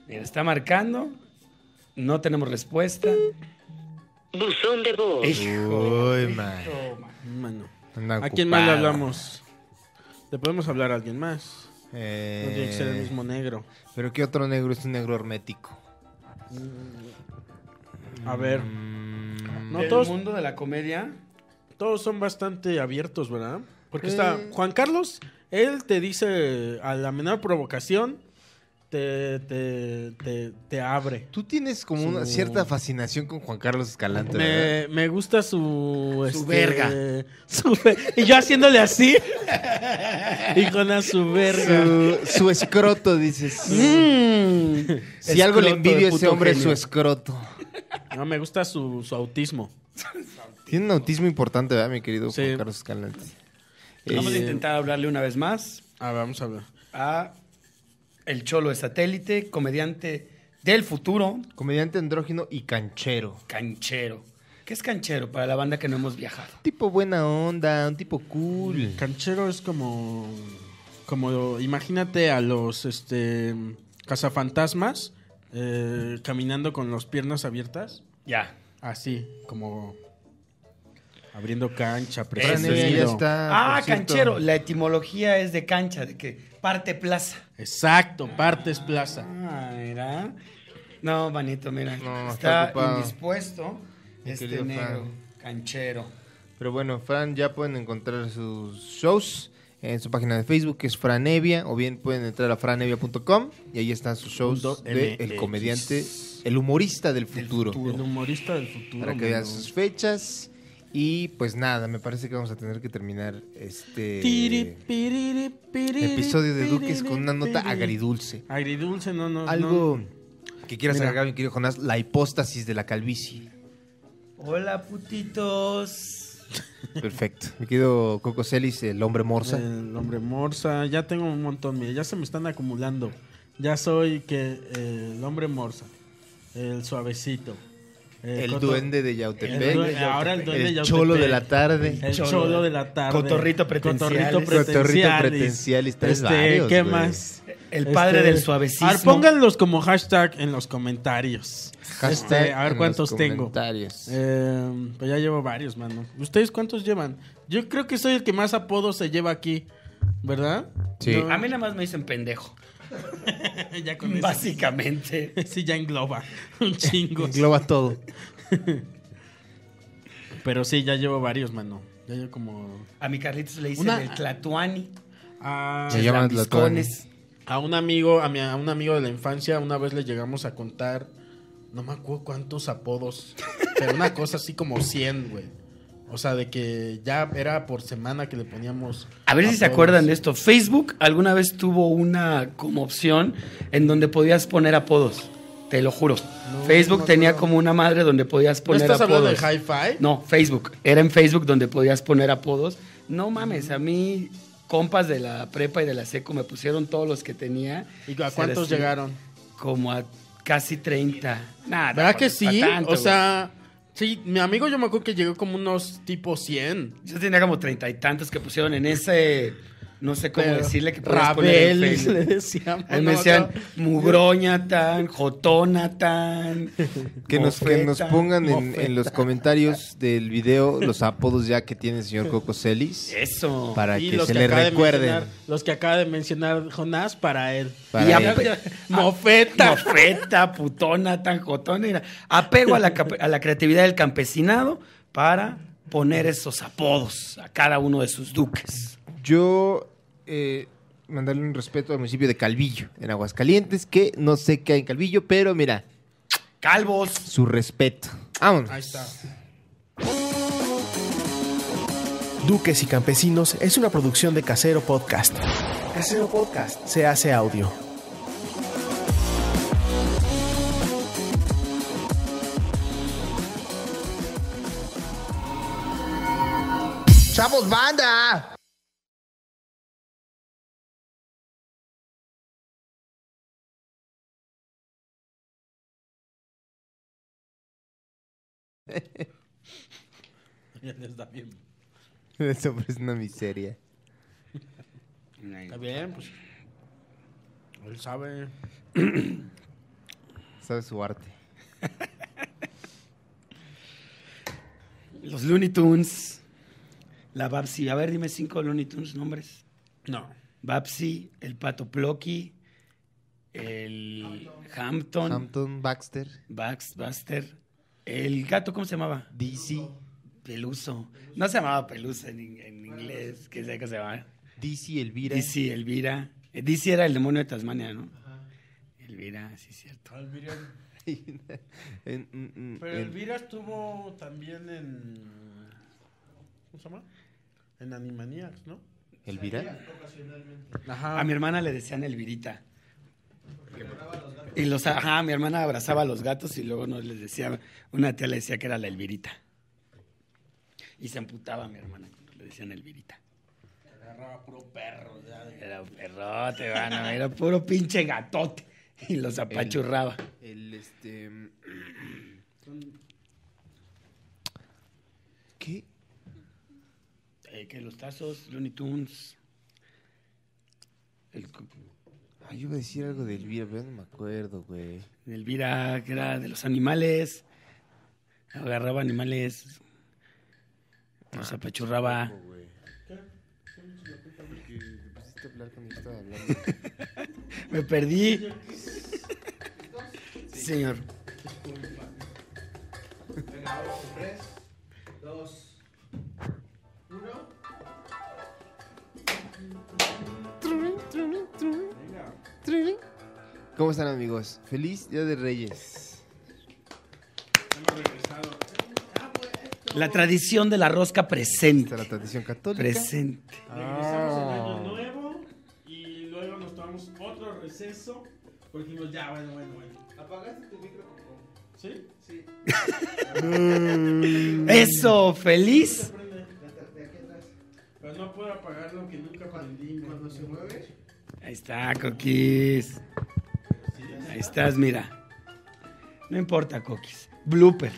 C: Mira, está marcando. No tenemos respuesta.
G: Buzón de voz.
C: Hijo.
E: Uy, man.
D: Mano.
E: Anda
D: ¿A quién más le
E: ocupada.
D: hablamos? Le podemos hablar a alguien más.
E: Eh,
D: No tiene que ser el mismo negro.
E: Pero ¿qué otro negro es un negro hermético?
D: A ver,
E: Mm,
D: No,
C: Del
D: todos-
C: mundo de la comedia.
D: todos son bastante abiertos, ¿verdad? Porque está Juan Carlos, él te dice a la menor provocación, te, te, te, te abre.
E: Tú tienes como una
D: Su-
E: cierta fascinación con Juan Carlos Escalante, ¿verdad?
D: Me, me gusta su... este,
C: Su verga.
D: su ver- y yo haciéndole así. y con la su verga.
E: Su, su escroto, dices.
D: Mm.
E: Si
C: Escroto
E: algo le envidio
C: de
E: a ese
C: puto
E: hombre es su
C: genio.
E: escroto.
D: No, me gusta su, su autismo.
E: Tiene un autismo importante, ¿verdad, mi querido
D: Sí.
E: Juan Carlos Escalante?
C: Vamos a
D: Eh,
C: intentar hablarle una vez más
D: A ver, vamos a ver.
C: a el cholo de satélite, comediante del futuro,
E: Eh, Comediante andrógino y canchero.
C: canchero. ¿Qué es canchero para la banda que no hemos viajado?
E: Un tipo buena onda, un tipo cool.
D: Canchero es como. Como. Imagínate a los este cazafantasmas eh, caminando con las piernas abiertas.
C: Ya.
D: Así, como. Abriendo cancha,
E: Fran
C: Ese
E: Evia ya
D: pretendido.
E: está,
C: Ah,
E: por cierto.
C: canchero. La etimología es de cancha, de que parte plaza.
D: Exacto, partes plaza.
C: Ah, mira. No, manito, mira.
E: No, está
C: está
E: ocupado.
C: indispuesto
E: Mi
C: este
E: querido
C: negro,
E: Fran.
C: canchero.
E: Pero bueno, Fran, ya pueden encontrar sus shows en su página de Facebook, que es Franevia, o bien pueden entrar a franevia.com y ahí están sus shows
D: Punto
E: de el
D: MX.
E: comediante, el humorista del futuro.
D: El humorista del futuro.
E: Para que eh,
D: mano.
E: vean sus fechas. Y pues nada, me parece que vamos a tener que terminar
D: Tiri,
E: este
D: piriri, piriri,
E: episodio de Duques
D: piriri,
E: con una nota
D: piriri.
E: agridulce.
D: Agridulce, no, no.
E: Algo que quieras
D: Mira.
E: agregar, mi querido Jonás, la hipóstasis de la calvicie.
F: Hola, putitos.
E: Perfecto. Mi querido Coco Celis, el hombre
D: no.
E: morsa.
D: El hombre morsa. Ya tengo un montón, mira, ya se me están acumulando. Ya soy que eh, el hombre morsa. El suavecito. eh,
E: el
D: coto-
E: duende de
D: el
E: Yautepec.
D: due- ahora el duende
E: El
D: Yautepec.
E: cholo de la tarde.
D: El cholo, de la tarde.
F: Cotorrito pretenciales.
D: Cotorrito pretencialis.
E: este, Cotorrito pretencialis, tres
D: Este,
E: varios,
D: ¿Qué
E: güey.
D: más?
F: El padre
D: Este,
F: del suavecismo.
D: a ver, pónganlos como hashtag en los comentarios.
E: Hashtag
D: Este, a
E: en
D: ver
E: los
D: cuántos tengo.
E: comentarios.
D: Eh, pues ya llevo varios, mano. ¿Ustedes cuántos llevan? Yo creo que soy el que más apodos se lleva aquí, ¿verdad?
E: Sí.
D: No,
F: A mí nada más me dicen pendejo.
D: ya con eso.
F: Básicamente.
D: Sí, ya engloba. Un chingo.
E: Engloba todo.
D: Pero sí, ya llevo varios, mano. Ya llevo como.
F: A mi Carlitos le dicen
D: Una-
F: el tlatuani.
D: Ah,
E: Se llaman
F: lambiscones.
D: A un amigo, a, mi- a un amigo de la infancia, una vez le llegamos a contar, no me acuerdo cuántos apodos, pero una cosa así como 100, güey. O sea, de que ya era por semana que le poníamos.
F: A ver si se
D: apodos.
F: acuerdan de esto. Facebook alguna vez tuvo una como opción en donde podías poner apodos. Te lo juro. Facebook
D: no
F: tenía
D: creo.
F: como una madre donde podías
D: ¿No
F: poner
D: estás hablando de
F: apodos.
D: hi-fi?
F: No, Facebook. Era en Facebook donde podías poner apodos. No mames, a mí compas de la prepa y de la seco me pusieron todos los que tenía.
D: ¿Y a
F: Se
D: cuántos
F: les-
D: llegaron?
F: Como a casi 30. Nada.
D: ¿Verdad que
F: pues,
D: sí?
F: pa' tanto,
D: o sea, sí, mi amigo yo me acuerdo que llegó como unos tipo 100.
F: güey. Yo tenía como treinta y tantos que pusieron en ese... No sé cómo
D: Pero-
F: decirle que podías poner en
D: Rabel,
F: Facebook.
D: le decíamos.
F: Ahí me
D: ¿no?
F: decían
D: Acá.
F: Mugroñatan, Jotonatan.
E: Que nos, que nos
F: Mofeta,
E: pongan en,
F: Mofeta.
E: en los comentarios del video los apodos ya que tiene el señor Coco Celis.
F: Eso.
E: Para
D: Eh, Y
E: que
D: los
E: se
D: que
E: le
D: acaba de
E: recuerden.
D: mencionar- Los que acaba de mencionar Jonás para él.
E: Para
F: Y
E: él.
F: aparte-
D: Mofeta.
F: Mofeta, putona, tan jotona. Era apego a la, cap- a la creatividad del campesinado para poner esos apodos a cada uno de sus duques.
E: Yo eh, mandarle un respeto al municipio de Calvillo, en Aguascalientes, que no sé qué hay en Calvillo, pero mira,
F: Calvos.
E: su respeto. Vámonos.
D: Ahí está.
H: Duques y Campesinos es una producción de Casero Podcast. Casero Podcast se hace audio.
E: ¡Chavos, banda!
D: Ya les da bien.
E: Eso es una miseria.
D: Está bien, pues. Él sabe.
E: Sabe su arte.
F: Los Looney Tunes. La Babsi. A ver, dime cinco Looney Tunes nombres.
D: No.
F: Babsi, el Pato Plocky, el Hampton.
E: Hampton, Baxter,
F: Bax, Buster. El gato, ¿cómo se llamaba?
E: DC,
F: Peluso. No se llamaba Peluso en, in- en inglés. ¿Qué sé qué se llamaba?
E: DC, Elvira.
F: DC, Elvira. Eh, DC era el demonio de Tasmania, ¿no? Elvira, sí, cierto.
E: En- en- en-
D: Pero
E: en-
D: Elvira estuvo también en. ¿Cómo se llama? En Animaniacs, ¿no?
E: ¿Elvira?
D: Ajá.
F: A mi hermana le decían Elvirita. Y los, ajá, mi hermana abrazaba a los gatos y luego nos les decía, una tía le decía que era la Elvirita. Y se amputaba a mi hermana, cuando le decían Elvirita.
D: Agarraba puro perro. Ya.
F: Era un perrote, mano, era puro pinche gatote. Y los apachurraba.
E: El, este... ¿Qué?
F: Eh, que los tazos, Looney Tunes. El, cu-
E: Ah, yo iba a decir algo de Elvira, pero no me acuerdo, güey.
F: Elvira, que era de los animales. Agarraba animales. Los
E: Ah,
F: apachurraba.
E: Me pusiste a hablar cuando yo estaba hablando.
F: Me perdí. Sí, Señor.
E: ¿Cómo están, amigos? Feliz Día de Reyes.
F: La tradición de la rosca presente.
E: Está la tradición católica. Ah.
F: Presente.
D: Regresamos en año nuevo y luego nos tomamos otro receso porque dijimos, ya, bueno, bueno, bueno. ¿Apagaste tu micro? ¿Sí? Sí.
F: Eso, feliz.
D: Pero no puedo apagar lo que nunca aprendí. Cuando se mueve.
F: Ahí está, Coquis. Ahí estás, mira. No importa, Coquis. Blooper.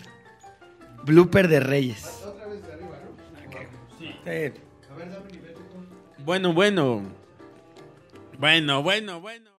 F: Blooper de Reyes. Sí.
D: Bueno, bueno. Bueno, bueno, bueno.